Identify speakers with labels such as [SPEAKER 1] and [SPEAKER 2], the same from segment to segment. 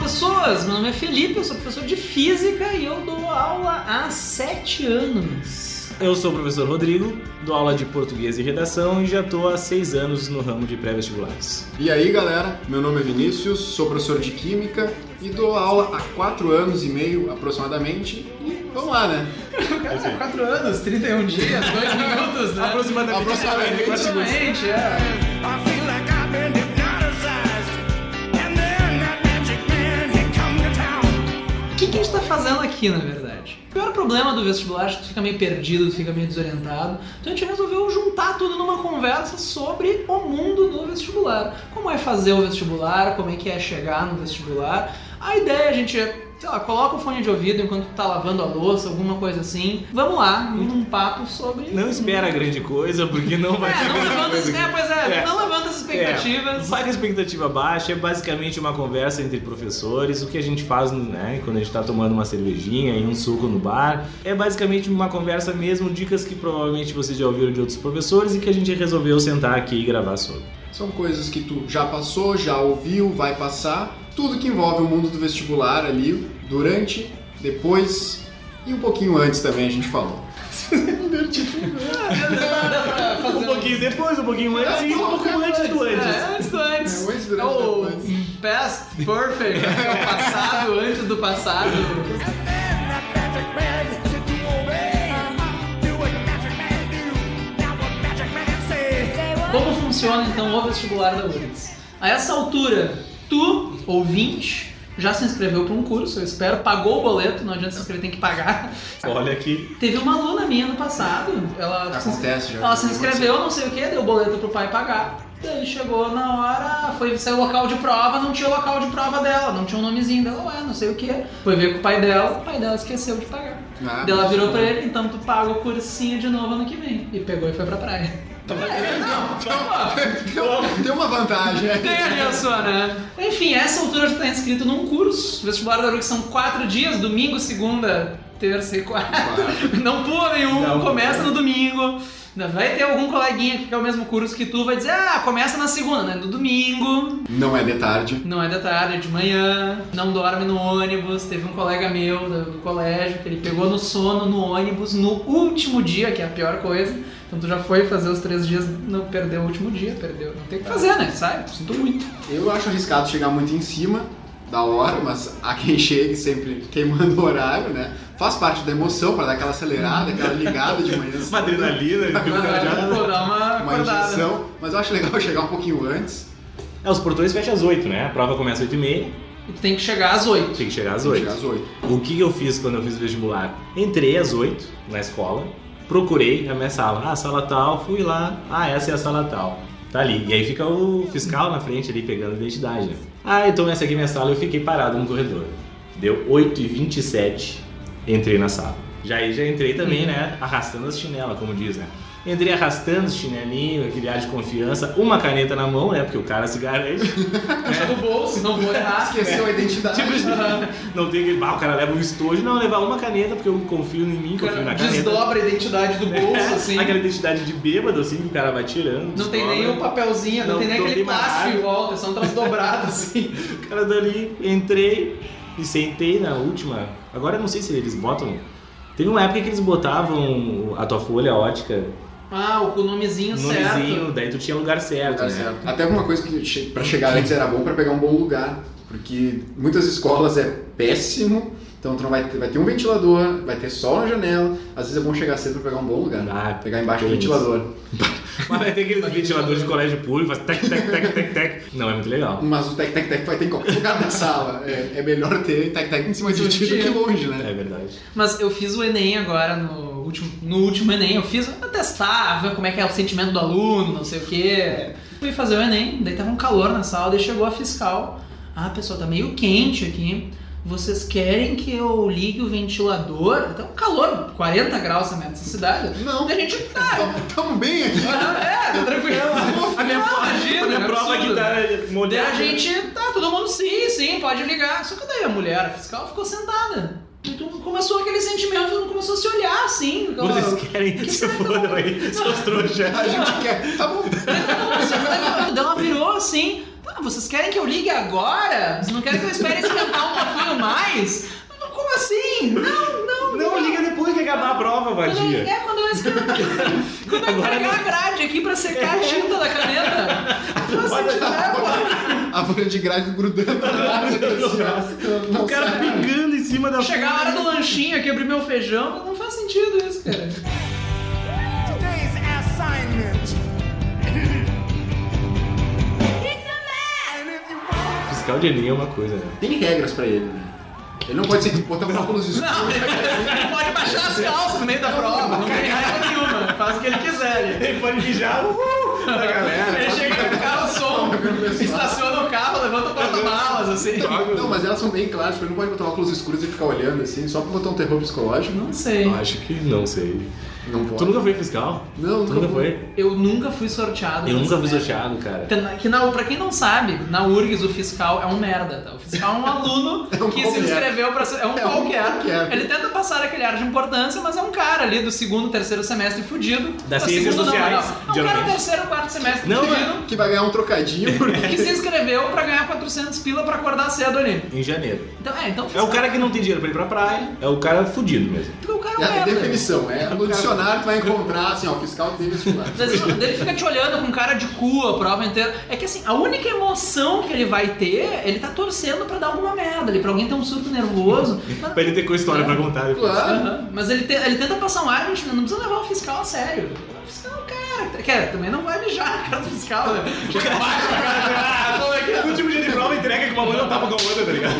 [SPEAKER 1] pessoas, meu nome é Felipe, eu sou professor de física e eu dou aula há sete anos.
[SPEAKER 2] Eu sou o professor Rodrigo, dou aula de português e redação e já estou há seis anos no ramo de pré-vestibulares.
[SPEAKER 3] E aí galera, meu nome é Vinícius, sou professor de Química e dou aula há 4 anos e meio aproximadamente. E vamos lá, né?
[SPEAKER 1] Há quatro anos, 31 dias, dois minutos, né?
[SPEAKER 2] Aproximadamente.
[SPEAKER 3] Aproximadamente.
[SPEAKER 2] quatro segundos.
[SPEAKER 1] Aproximadamente, é.
[SPEAKER 4] I feel like I've been hypnotized. And then that magic man, he come to town.
[SPEAKER 1] O que, que a gente tá fazendo aqui, na verdade? O pior problema do vestibular é que tu fica meio perdido, tu fica meio desorientado. Então a gente resolveu juntar tudo numa conversa sobre o mundo do vestibular. Como é fazer o vestibular, como é que é chegar no vestibular. A ideia, a gente é, sei lá, coloca o fone de ouvido enquanto tu tá lavando a louça, alguma coisa assim. Vamos lá, num papo sobre...
[SPEAKER 2] Não espera grande coisa, porque não vai
[SPEAKER 1] É,
[SPEAKER 2] ter
[SPEAKER 1] não
[SPEAKER 2] grande
[SPEAKER 1] levanta,
[SPEAKER 2] coisa.
[SPEAKER 1] é, pois é,
[SPEAKER 2] É.
[SPEAKER 1] não levanta as expectativas.
[SPEAKER 2] É, vai com a expectativa baixa, é basicamente uma conversa entre professores, o que a gente faz né, quando a gente tá tomando uma cervejinha e um suco no bar. É basicamente uma conversa mesmo, dicas que provavelmente vocês já ouviram de outros professores e que a gente resolveu sentar aqui e gravar sobre.
[SPEAKER 3] São coisas que tu já passou, já ouviu, vai passar. Tudo que envolve o mundo do vestibular ali, durante, depois e um pouquinho antes também a gente falou.
[SPEAKER 2] Um pouquinho depois, um pouquinho antes e um pouco antes do antes.
[SPEAKER 1] É, antes do antes.
[SPEAKER 3] É, o antes, durante,
[SPEAKER 1] o
[SPEAKER 3] depois.
[SPEAKER 1] past perfect. É o passado, antes do passado.
[SPEAKER 4] And then that magic man, said to obey. Do what magic man do. Now what magic man says.
[SPEAKER 1] Como funciona então o vestibular da URGS? A essa altura, tu, ouvinte, já se inscreveu para um curso, eu espero, pagou o boleto, não adianta se inscrever, tem que pagar.
[SPEAKER 2] Olha aqui.
[SPEAKER 1] Teve uma aluna minha no passado, ela se inscreveu.
[SPEAKER 3] Acontece já.
[SPEAKER 1] Ela se inscreveu, não sei o que, deu o boleto pro pai pagar. Daí chegou na hora, foi saiu o local de prova, não tinha o local de prova dela, não tinha o nomezinho dela, ué, não sei o que. Foi ver com o pai dela, o pai dela esqueceu de pagar.
[SPEAKER 3] Ah,
[SPEAKER 1] Daí ela virou pra ele, então tu paga o cursinho de novo ano que vem. E pegou e foi pra praia. É, não, pô,
[SPEAKER 3] Tem uma- Tem uma vantagem. né?
[SPEAKER 1] tem ali a sua, né? Enfim, essa altura já tá inscrito num curso. Vestibular da URGS são quatro dias, domingo, segunda, terça e quarta. Não pula nenhum,
[SPEAKER 2] Não.
[SPEAKER 1] começa no domingo. Ainda Vai ter algum coleguinha que quer o mesmo curso que tu, vai dizer, ah, começa na segunda, né? No domingo,
[SPEAKER 3] Não é de tarde.
[SPEAKER 1] não é da tarde, é de manhã, não dorme no ônibus. Teve um colega meu do, do colégio que ele pegou no sono no ônibus no último dia, que é a pior coisa. Então tu já foi fazer os três dias, não perdeu o último dia, perdeu. Não tem o que fazer, né? Sai, sinto muito.
[SPEAKER 3] Eu acho arriscado chegar muito em cima da hora, mas há quem chegue sempre queimando o horário, né? Faz parte da emoção para dar aquela acelerada, aquela ligada de manhã.
[SPEAKER 2] Uma adrenalina, ele fica já-
[SPEAKER 1] Vou dar uma
[SPEAKER 3] Uma
[SPEAKER 1] acordada.
[SPEAKER 3] injeção, mas eu acho legal chegar um pouquinho antes.
[SPEAKER 2] É, os portões fecham às 8, né? A prova começa às 8 e meia,
[SPEAKER 1] E tu tem que chegar às oito.
[SPEAKER 2] tem que chegar às
[SPEAKER 3] tem que
[SPEAKER 2] 8.
[SPEAKER 3] chegar às 8.
[SPEAKER 2] O que eu fiz quando eu fiz vestibular? Entrei às 8 na escola, procurei a minha sala. Ah, sala tal, fui lá. Ah, essa é a sala tal. Tá ali. E aí fica o fiscal na frente ali pegando a identidade. né? Ah, então essa aqui é minha sala. Eu fiquei parado no corredor. Deu 8h27, entrei na sala. Já aí já entrei também, né? Arrastando as chinelas, como diz, né? Entrei arrastando os chinelinhos, aquele ar de confiança, uma caneta na mão, né? Porque o cara se garante.
[SPEAKER 1] Puxa do bolso, É. não vou errar. é
[SPEAKER 3] Esqueceu a identidade.
[SPEAKER 2] Tipo assim, não tem que. Ah, o cara leva um estojo. Não, levar uma caneta, porque eu confio em mim, confio na caneta. É,
[SPEAKER 1] Desdobra a identidade do bolso, assim.
[SPEAKER 2] Aquela identidade de bêbado, assim, que o cara vai tirando.
[SPEAKER 1] Não tem nem o
[SPEAKER 2] desdobra.
[SPEAKER 1] papelzinho, não,
[SPEAKER 2] Não,
[SPEAKER 1] tem nem
[SPEAKER 2] não
[SPEAKER 1] aquele
[SPEAKER 2] tem mais
[SPEAKER 1] plástico
[SPEAKER 2] nada.
[SPEAKER 1] em volta, são transdobrados, assim.
[SPEAKER 2] O cara dali, entrei e sentei na última. Agora eu não sei se eles botam. Teve uma época que eles botavam a tua folha ótica
[SPEAKER 1] Ah, o o nomezinho
[SPEAKER 2] no
[SPEAKER 1] certo.
[SPEAKER 2] vizinho, daí tu tinha lugar certo,
[SPEAKER 3] Tá
[SPEAKER 2] né?
[SPEAKER 3] certo. Até uma coisa que che- pra chegar antes era bom pra pegar um bom lugar, porque muitas escolas é péssimo, então tu não vai ter, vai ter um ventilador, vai ter sol na janela, às vezes é bom chegar cedo pra pegar um bom lugar.
[SPEAKER 2] Ah,
[SPEAKER 3] pegar embaixo do
[SPEAKER 2] tem
[SPEAKER 3] ventilador.
[SPEAKER 2] Mas vai ter aqueles ventiladores de colégio público, faz tec, tec, tec, tec, tec. Não, é muito legal.
[SPEAKER 3] Mas o tec-tec-tec vai ter em qualquer lugar da sala. É, é melhor ter tec-tec em cima de ti do que longe, né?
[SPEAKER 2] É verdade.
[SPEAKER 1] Mas eu fiz o Enem agora no último, no último Enem, eu fiz pra testar, ver como é que é o sentimento do aluno, não sei o quê. Fui fazer o Enem, daí tava um calor na sala, daí chegou a fiscal. Ah, pessoal, tá meio quente aqui. Vocês querem que eu ligue o ventilador? Tá um calor, 40 graus essa merda, essa cidade.
[SPEAKER 3] Não.
[SPEAKER 1] Daí a gente tá.
[SPEAKER 3] Tamo bem aqui.
[SPEAKER 1] É, tá tranquilo. A minha prova, imagina,
[SPEAKER 2] A minha
[SPEAKER 1] é
[SPEAKER 2] prova aqui
[SPEAKER 1] absurdo.
[SPEAKER 2] tá
[SPEAKER 1] Daí
[SPEAKER 2] moderna.
[SPEAKER 1] a gente, tá, todo mundo sim, sim, pode ligar. Só que daí a mulher, a fiscal, ficou sentada. Então começou aquele sentimento, todo mundo começou a se olhar assim. aquela-
[SPEAKER 2] Vocês querem que se fodam aí, seus trouxas.
[SPEAKER 3] A gente quer. Tá bom.
[SPEAKER 1] é Daí ela virou assim. Tá, Ah, vocês querem que eu ligue agora? Vocês não querem que eu espere esquentar um pouquinho mais? Como assim? Não, não,
[SPEAKER 2] Não, liga depois que acabar a prova,
[SPEAKER 1] Quando eu-
[SPEAKER 2] vadia.
[SPEAKER 1] É, quando eu esquentar. quando eu
[SPEAKER 2] Agora É.
[SPEAKER 1] pegar a grade aqui pra secar a tinta da caneta. Nossa,
[SPEAKER 2] Olha, tá
[SPEAKER 1] te leva.
[SPEAKER 3] A folha de grade grudando no braço. assim, ó. Não
[SPEAKER 2] O cara
[SPEAKER 3] sai.
[SPEAKER 2] pingando em cima da
[SPEAKER 1] Chegar a hora do lanchinho aqui, abrir meu feijão, não faz sentido isso, cara.
[SPEAKER 4] Today's assignment. Kick the man if you want.
[SPEAKER 2] Fiscal de Enem é uma coisa, né?
[SPEAKER 3] Tem regras pra ele, né? Ele não pode ser botar um óculos escuros.
[SPEAKER 1] Não, ele pode baixar as calças no meio da prova, não tem raiva nenhuma. Faz o que ele quiser. Ele,
[SPEAKER 2] Ele pode mijar, uhul, da galera.
[SPEAKER 1] ele chega no carro, som, estaciona o carro, levanta o porta-malas, assim.
[SPEAKER 3] Não, mas elas são bem claras, tipo, ele não pode botar um óculos escuros e ficar olhando assim, só pra botar um terror psicológico.
[SPEAKER 1] Não sei.
[SPEAKER 2] Eu Acho que não sei.
[SPEAKER 3] Não pode.
[SPEAKER 2] Tu nunca foi fiscal?
[SPEAKER 3] Não,
[SPEAKER 2] Tu
[SPEAKER 3] nunca
[SPEAKER 2] nunca Ah, foi?
[SPEAKER 1] Eu nunca fui sorteado.
[SPEAKER 2] Eu nunca fui
[SPEAKER 1] Merda.
[SPEAKER 2] sorteado, cara.
[SPEAKER 1] Tem- Que na, pra quem não sabe, na URGS o fiscal é um merda, tá? O fiscal é um aluno
[SPEAKER 3] É um
[SPEAKER 1] que se
[SPEAKER 3] qualquer.
[SPEAKER 1] inscreveu pra ser. É um,
[SPEAKER 3] É um
[SPEAKER 1] qualquer.
[SPEAKER 3] qualquer.
[SPEAKER 1] Ele tenta passar aquele ar de importância, mas é um cara ali do segundo, terceiro semestre fudido.
[SPEAKER 2] Das
[SPEAKER 1] Do
[SPEAKER 2] ciências
[SPEAKER 1] segundo, não,
[SPEAKER 2] sociais,
[SPEAKER 1] Não, não. É um cara do
[SPEAKER 2] geralmente.
[SPEAKER 1] terceiro, quarto semestre
[SPEAKER 2] Não, é.
[SPEAKER 1] fudido.
[SPEAKER 3] Que vai ganhar um trocadinho porque
[SPEAKER 1] Que se inscreveu pra ganhar 400 pila pra acordar cedo ali.
[SPEAKER 2] Em janeiro.
[SPEAKER 1] Então, é, então.
[SPEAKER 2] É o cara que não tem dinheiro pra ir pra praia, é o cara fudido mesmo.
[SPEAKER 1] Porque o cara
[SPEAKER 3] é
[SPEAKER 1] é
[SPEAKER 3] a
[SPEAKER 1] um merda.
[SPEAKER 3] definição. É no dicionário tu vai encontrar assim, ó, fiscal que tem vestibular.
[SPEAKER 1] Às vezes ele fica te olhando com cara de cu a prova inteira. É que assim, a única emoção que ele vai ter, ele tá torcendo pra dar alguma merda ali, pra alguém ter um surto nervoso. Mas,
[SPEAKER 2] Pra
[SPEAKER 3] Uhum.
[SPEAKER 2] ele ter com história pra contar depois.
[SPEAKER 3] Claro.
[SPEAKER 1] Aham. Mas ele, te- ele tenta passar um ar, gente, não precisa levar o fiscal a sério. O fiscal, é um cara, cara, também não vai mijar na cara do fiscal, né? Chega baixo pra cara, como é que é?
[SPEAKER 2] No último dia de prova, entrega que uma mãe não tapa com a outra, tá ligado?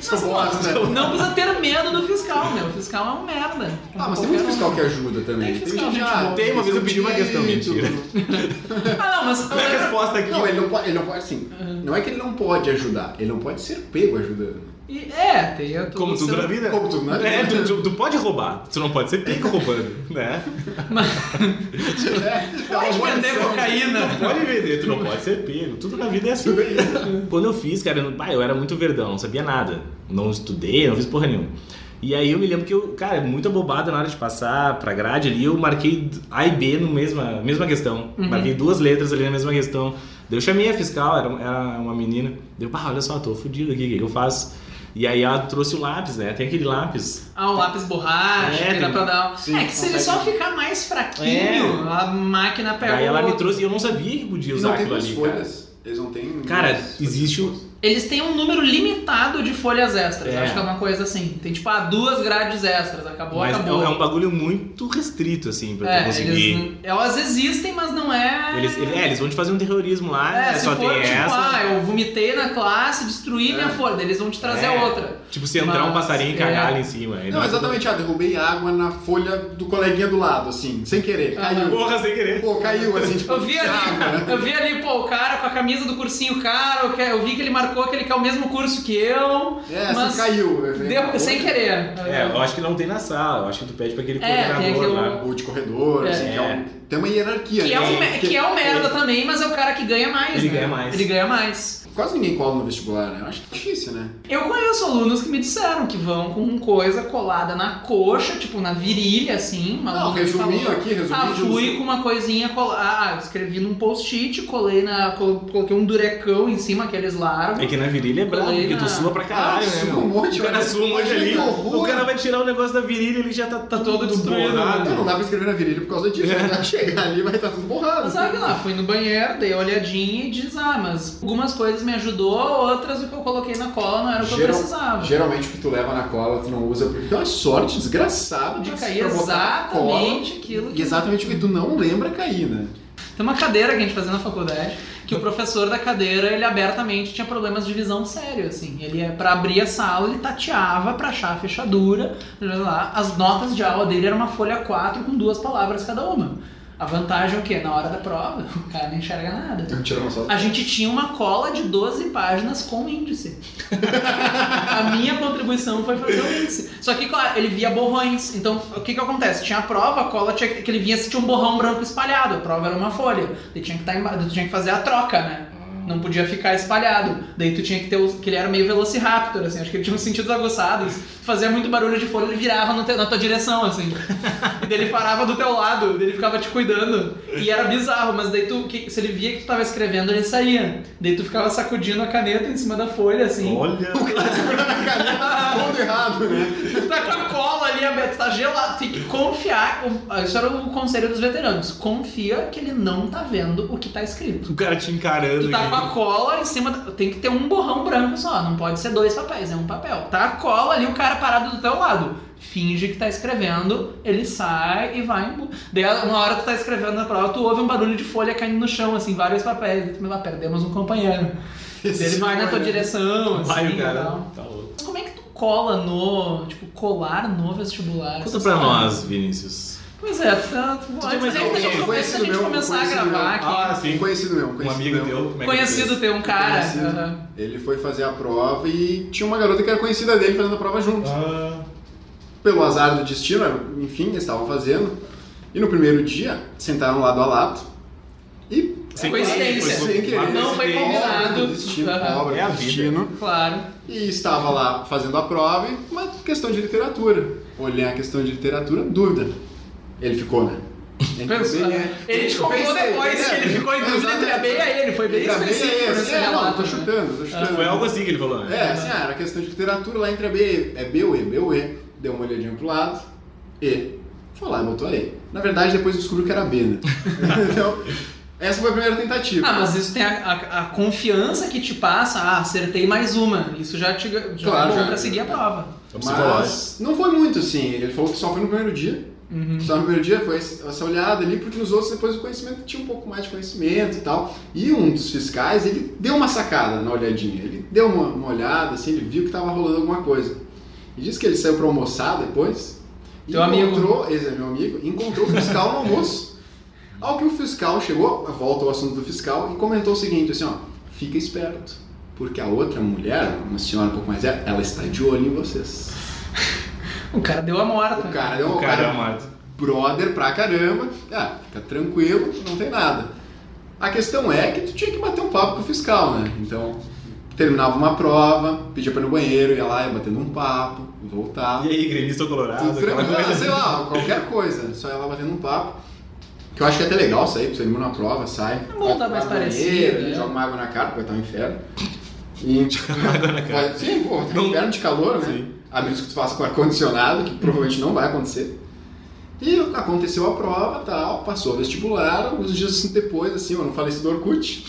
[SPEAKER 3] Só
[SPEAKER 1] Mas,
[SPEAKER 3] bosta,
[SPEAKER 1] pô,
[SPEAKER 3] né?
[SPEAKER 1] Não precisa ter medo do fiscal, meu. O fiscal é um merda.
[SPEAKER 3] Ah, mas tem muito fiscal que ajuda também.
[SPEAKER 1] Tem fiscal, gente boa.
[SPEAKER 2] Tem, uma vez eu pedi uma questão, mentira.
[SPEAKER 3] né?
[SPEAKER 1] Ah, não, mas.
[SPEAKER 2] Minha resposta aqui.
[SPEAKER 3] Não, ele não pode, ele não pode assim. Não é que ele não pode ajudar, ele não pode ser pego ajudando.
[SPEAKER 1] E- É, tem. eu tô-
[SPEAKER 2] Como tudo na vida.
[SPEAKER 3] Como tudo na vida.
[SPEAKER 2] É, tu, tu- tu pode roubar, tu não pode ser pego roubando, né?
[SPEAKER 3] É, é uma
[SPEAKER 1] Pode
[SPEAKER 3] boa
[SPEAKER 1] vender
[SPEAKER 3] lição.
[SPEAKER 1] cocaína.
[SPEAKER 2] Tu pode vender, tu não pode ser pego. Tudo na vida é assim. Quando eu fiz, cara, eu, não- bah, eu era muito verdão, não sabia nada. Não estudei, não fiz porra nenhuma. E aí eu me lembro que eu, cara, muita bobada na hora de passar pra grade ali, eu marquei A e B na mesma, mesma questão.
[SPEAKER 1] Uhum.
[SPEAKER 2] Marquei duas letras ali na mesma questão. Daí eu chamei a fiscal, era, era uma menina. Deu, pá, olha só, tô fudido aqui, o que, que eu faço? E aí ela trouxe o lápis, né? Tem aquele lápis.
[SPEAKER 1] Ah, um lápis borracha, que dá
[SPEAKER 2] É, tem- É.
[SPEAKER 1] pra dar.
[SPEAKER 3] sim,
[SPEAKER 1] é que se ele
[SPEAKER 3] consegue.
[SPEAKER 1] só ficar mais fraquinho, a máquina pega.
[SPEAKER 2] Daí ela
[SPEAKER 1] o-
[SPEAKER 2] me trouxe e eu não sabia que podia
[SPEAKER 3] Eles
[SPEAKER 2] usar
[SPEAKER 3] não têm
[SPEAKER 2] aquilo
[SPEAKER 3] duas
[SPEAKER 2] ali, cara.
[SPEAKER 3] folhas. Eles não têm.
[SPEAKER 2] Cara,
[SPEAKER 3] duas-
[SPEAKER 2] existe o-
[SPEAKER 1] Eles têm um número limitado de folhas extras.
[SPEAKER 2] É.
[SPEAKER 1] Acho que é uma coisa assim. Tem tipo, ah, duas grades extras. Acabou,
[SPEAKER 2] Mas é um-
[SPEAKER 1] acabou.
[SPEAKER 2] é um bagulho muito restrito, assim, pra tu
[SPEAKER 1] é,
[SPEAKER 2] conseguir.
[SPEAKER 1] eles, elas existem, mas não é.
[SPEAKER 2] Eles, ele- é, eles vão te fazer um terrorismo lá,
[SPEAKER 1] É,
[SPEAKER 2] né?
[SPEAKER 1] se
[SPEAKER 2] só
[SPEAKER 1] for
[SPEAKER 2] tem
[SPEAKER 1] tipo,
[SPEAKER 2] essa.
[SPEAKER 1] ah, eu vomitei na classe, destruí minha folha, daí eles vão te trazer
[SPEAKER 2] É.
[SPEAKER 1] a outra.
[SPEAKER 2] Tipo, se entrar um
[SPEAKER 1] Mas,
[SPEAKER 2] passarinho e
[SPEAKER 1] é.
[SPEAKER 2] cagar ali em cima. aí
[SPEAKER 3] Não,
[SPEAKER 2] é-
[SPEAKER 3] exatamente, ah, derrubei água na folha do coleguinha do lado, assim, sem querer.
[SPEAKER 1] Ah.
[SPEAKER 3] Caiu.
[SPEAKER 2] Porra, sem querer.
[SPEAKER 3] Pô, caiu, assim, tipo.
[SPEAKER 1] Eu vi ali, eu vi ali, pô, o cara com a camisa do cursinho cara, eu que- é- eu vi que ele marcou que ele quer o mesmo curso que eu.
[SPEAKER 3] É, assim,
[SPEAKER 1] mas
[SPEAKER 3] caiu.
[SPEAKER 1] Deu, sem querer.
[SPEAKER 2] É, eu acho que não tem na sala. Eu acho que tu pede pra aquele
[SPEAKER 1] É, tem
[SPEAKER 2] coordenador
[SPEAKER 1] aquele-
[SPEAKER 2] lá.
[SPEAKER 3] Ou de corredor,
[SPEAKER 1] É.
[SPEAKER 3] assim, que é um- Tem uma hierarquia.
[SPEAKER 1] Que é,
[SPEAKER 3] né?
[SPEAKER 1] um, me- que é um merda também, mas é o cara que ganha mais.
[SPEAKER 2] Ele
[SPEAKER 1] né?
[SPEAKER 2] ganha mais.
[SPEAKER 1] Ele ganha mais.
[SPEAKER 3] Quase ninguém cola no vestibular, né? Eu acho que é difícil, né?
[SPEAKER 1] Eu conheço alunos que me disseram que vão com coisa colada na coxa, tipo na virilha, assim. Uma
[SPEAKER 3] Não,
[SPEAKER 1] aluna me
[SPEAKER 3] resuminho
[SPEAKER 1] falou,
[SPEAKER 3] aqui, resuminho.
[SPEAKER 1] Ah,
[SPEAKER 3] de
[SPEAKER 1] fui com uma coisinha colada. Ah, eu escrevi num post-it, colei na. colo- Coloquei um durecão em cima, aqueles largos.
[SPEAKER 2] É que na virilha é brabo,
[SPEAKER 1] Colei
[SPEAKER 2] porque
[SPEAKER 1] na-
[SPEAKER 2] tu sua pra caralho,
[SPEAKER 3] Ah,
[SPEAKER 2] né?
[SPEAKER 3] sua
[SPEAKER 2] meu?
[SPEAKER 3] um monte,
[SPEAKER 2] o cara
[SPEAKER 3] olha.
[SPEAKER 2] sua um monte
[SPEAKER 3] Olha que
[SPEAKER 2] ali.
[SPEAKER 3] horror.
[SPEAKER 2] O cara vai tirar o negócio da virilha ele já tá, tá
[SPEAKER 1] Todo
[SPEAKER 2] todo né,
[SPEAKER 1] destruído,
[SPEAKER 2] borrado.
[SPEAKER 3] Não, não dá pra escrever na virilha por causa disso. né? Vai chegar ali e vai estar tudo borrado.
[SPEAKER 1] É. Mas sabe lá, fui no banheiro, dei uma olhadinha e diz, ah, mas algumas coisas me ajudou, outras o que eu coloquei na cola não era o que eu
[SPEAKER 3] Geral-
[SPEAKER 1] precisava.
[SPEAKER 3] Geralmente o que tu leva na cola, tu não usa, porque tu é uma sorte desgraçada de
[SPEAKER 1] De cair
[SPEAKER 3] provocar a cola.
[SPEAKER 1] exatamente aquilo
[SPEAKER 3] E
[SPEAKER 1] que
[SPEAKER 3] exatamente o que tu não lembra cair, né?
[SPEAKER 1] Tem uma cadeira que a gente fazia na faculdade, que o professor da cadeira, ele abertamente tinha problemas de visão sério, assim. Ele, ia- pra abrir a sala, ele tateava pra achar a fechadura, blá, blá, blá. as notas de aula dele era uma folha 4 com duas palavras cada uma. A vantagem é o quê? Na hora da prova, o cara não enxerga nada.
[SPEAKER 3] Eu tirar uma foto.
[SPEAKER 1] A gente tinha uma cola de 12 páginas com índice. a minha contribuição foi fazer o índice. Só que, claro, ele via borrões. Então, o que que acontece? Tinha a prova, a cola tinha que tá que ele via se tinha um borrão branco espalhado. A prova era uma folha. Ele tinha que, estar emba... ele tinha que fazer a troca, né? Não podia ficar espalhado. Daí tu tinha que ter. Os, que ele era meio velociraptor, assim. Acho que ele tinha uns sentidos aguçados. Fazia muito barulho de folha, ele virava no te- na tua direção, assim. e daí ele parava do teu lado, daí ele ficava te cuidando. E era bizarro, mas daí tu. que- se ele via que tu tava escrevendo, ele saía. Daí tu ficava sacudindo a caneta em cima da folha, assim.
[SPEAKER 2] Olha!
[SPEAKER 3] tá Tudo errado, né?
[SPEAKER 1] Tá com a cola ali aberta, tá gelado. Tem que confiar. O- Isso era o conselho dos veteranos. Confia que ele não tá vendo o que tá escrito.
[SPEAKER 2] O cara te encarando.
[SPEAKER 1] Tu tá com
[SPEAKER 2] aqui.
[SPEAKER 1] a cola em cima. da- Tem que ter um borrão branco só. Não pode ser dois papéis, é um papel. Tá a cola ali, o cara parado do teu lado. Finge que tá escrevendo, ele sai e vai embora. Daí uma hora tu tá escrevendo na prova, tu ouve um barulho de folha caindo no chão, assim, vários papéis. Tu, "Ah, perdemos um companheiro. Daí ele vai na tua direção, assim,
[SPEAKER 2] Vai o
[SPEAKER 1] e
[SPEAKER 2] cara.
[SPEAKER 1] tal.
[SPEAKER 2] Tá louco.
[SPEAKER 1] Mas como é que tu cola no. Tipo, colar no vestibular?
[SPEAKER 2] Conta
[SPEAKER 1] essas
[SPEAKER 2] pra
[SPEAKER 1] coisas?
[SPEAKER 2] nós, Vinícius.
[SPEAKER 1] Pois é, tanto. Antes
[SPEAKER 2] mas
[SPEAKER 1] da
[SPEAKER 2] eu-
[SPEAKER 1] gente,
[SPEAKER 2] eu-
[SPEAKER 1] antes da gente
[SPEAKER 3] conhecido
[SPEAKER 1] começar a
[SPEAKER 3] meu, conhecido
[SPEAKER 1] gravar
[SPEAKER 3] meu.
[SPEAKER 1] aqui.
[SPEAKER 2] Ah, sim.
[SPEAKER 3] Um conhecido meu, um
[SPEAKER 2] Um
[SPEAKER 3] conhecido
[SPEAKER 2] amigo
[SPEAKER 3] meu.
[SPEAKER 2] teu. Como é que
[SPEAKER 1] Conhecido tem um cara.
[SPEAKER 3] Conhecido.
[SPEAKER 1] aham.
[SPEAKER 3] Ele foi fazer a prova e tinha uma garota que era conhecida dele fazendo a prova junto.
[SPEAKER 2] Ah,
[SPEAKER 3] Pelo azar do destino, enfim, eles estavam fazendo. E no primeiro dia, sentaram lado a lado. E
[SPEAKER 2] sem
[SPEAKER 1] Coincidência.
[SPEAKER 2] querer,
[SPEAKER 3] Sem querer.
[SPEAKER 1] Não foi
[SPEAKER 2] coincidência.
[SPEAKER 1] combinado.
[SPEAKER 3] Obra do destino,
[SPEAKER 1] Aham.
[SPEAKER 3] obra
[SPEAKER 2] É a
[SPEAKER 3] do
[SPEAKER 2] vida.
[SPEAKER 3] destino.
[SPEAKER 1] Claro.
[SPEAKER 3] E estava lá fazendo a prova e uma questão de literatura. Olhei a questão de literatura, dúvida. Ele ficou, né? Ele
[SPEAKER 1] Pensa,
[SPEAKER 3] ficou bem,
[SPEAKER 1] né?
[SPEAKER 3] né?
[SPEAKER 1] Ele te contou
[SPEAKER 3] Pensei,
[SPEAKER 1] depois que
[SPEAKER 3] é,
[SPEAKER 1] ele ficou em dúvida entre a B e a E. Ele foi bem
[SPEAKER 3] Entre a B e a E,
[SPEAKER 1] específico
[SPEAKER 3] assim,
[SPEAKER 1] nesse
[SPEAKER 3] é, não,
[SPEAKER 1] relato.
[SPEAKER 3] tô
[SPEAKER 1] né?
[SPEAKER 3] chutando, tô chutando.
[SPEAKER 2] Foi algo assim que ele falou, né?
[SPEAKER 3] É, assim, ah, era questão de literatura lá entre a B, é B ou E, B ou E. Deu uma olhadinha pro lado, E. Foi lá e botou a E. Na verdade, depois descobriu que era B, né? então, essa foi a primeira tentativa.
[SPEAKER 1] Ah, mas isso tem a, a- a confiança que te passa. Ah, acertei mais uma. Isso já te já
[SPEAKER 3] Claro,
[SPEAKER 1] é bom
[SPEAKER 3] já-
[SPEAKER 1] pra seguir a prova.
[SPEAKER 2] É um psicológico.
[SPEAKER 3] Mas não foi muito, assim. Ele falou que só foi no primeiro dia.
[SPEAKER 1] Uhum.
[SPEAKER 3] Só no primeiro dia foi essa olhada ali, porque nos outros depois o conhecimento tinha um pouco mais de conhecimento e tal. E um dos fiscais, ele deu uma sacada na olhadinha. Ele deu uma, uma olhada, assim, ele viu que tava rolando alguma coisa. E disse que ele saiu pra almoçar depois. e
[SPEAKER 1] Teu amigo.
[SPEAKER 3] encontrou, esse é meu amigo, e encontrou o fiscal no almoço. Ao que o fiscal chegou, volta ao assunto do fiscal, e comentou o seguinte, assim, ó, fica esperto. Porque a outra mulher, uma senhora um pouco mais velha, ela está de olho em vocês.
[SPEAKER 1] O cara deu a
[SPEAKER 3] O
[SPEAKER 1] morta.
[SPEAKER 3] cara é
[SPEAKER 2] O
[SPEAKER 3] um
[SPEAKER 2] cara é
[SPEAKER 3] cara
[SPEAKER 2] amado.
[SPEAKER 3] brother pra caramba. Ah, fica tranquilo, não tem nada. A questão é que tu tinha que bater um papo com o fiscal, né? Então, terminava uma prova, pedia pra ir no banheiro, ia lá, ia batendo um papo, voltava.
[SPEAKER 2] E aí, gremista ou colorado?
[SPEAKER 3] Tudo
[SPEAKER 2] aquela
[SPEAKER 3] tranquilo, ah,
[SPEAKER 2] Tá, coisa.
[SPEAKER 3] sei lá, qualquer coisa. Só ia lá batendo um papo. Que eu acho que é até legal sair, tu termina uma prova, sai.
[SPEAKER 1] É bom dar mais
[SPEAKER 3] vai no
[SPEAKER 1] parecido,
[SPEAKER 3] banheiro,
[SPEAKER 1] né?
[SPEAKER 3] Joga uma água na cara, porque vai estar um inferno. E...
[SPEAKER 2] cara.
[SPEAKER 3] Sim, pô, tá um
[SPEAKER 2] Não-
[SPEAKER 3] inferno de calor, né?
[SPEAKER 2] Sim.
[SPEAKER 3] A menos que tu faça com ar-condicionado, que provavelmente não vai acontecer. E aconteceu a prova tal, passou o vestibular, alguns dias depois, assim, eu não falei isso do Orkut,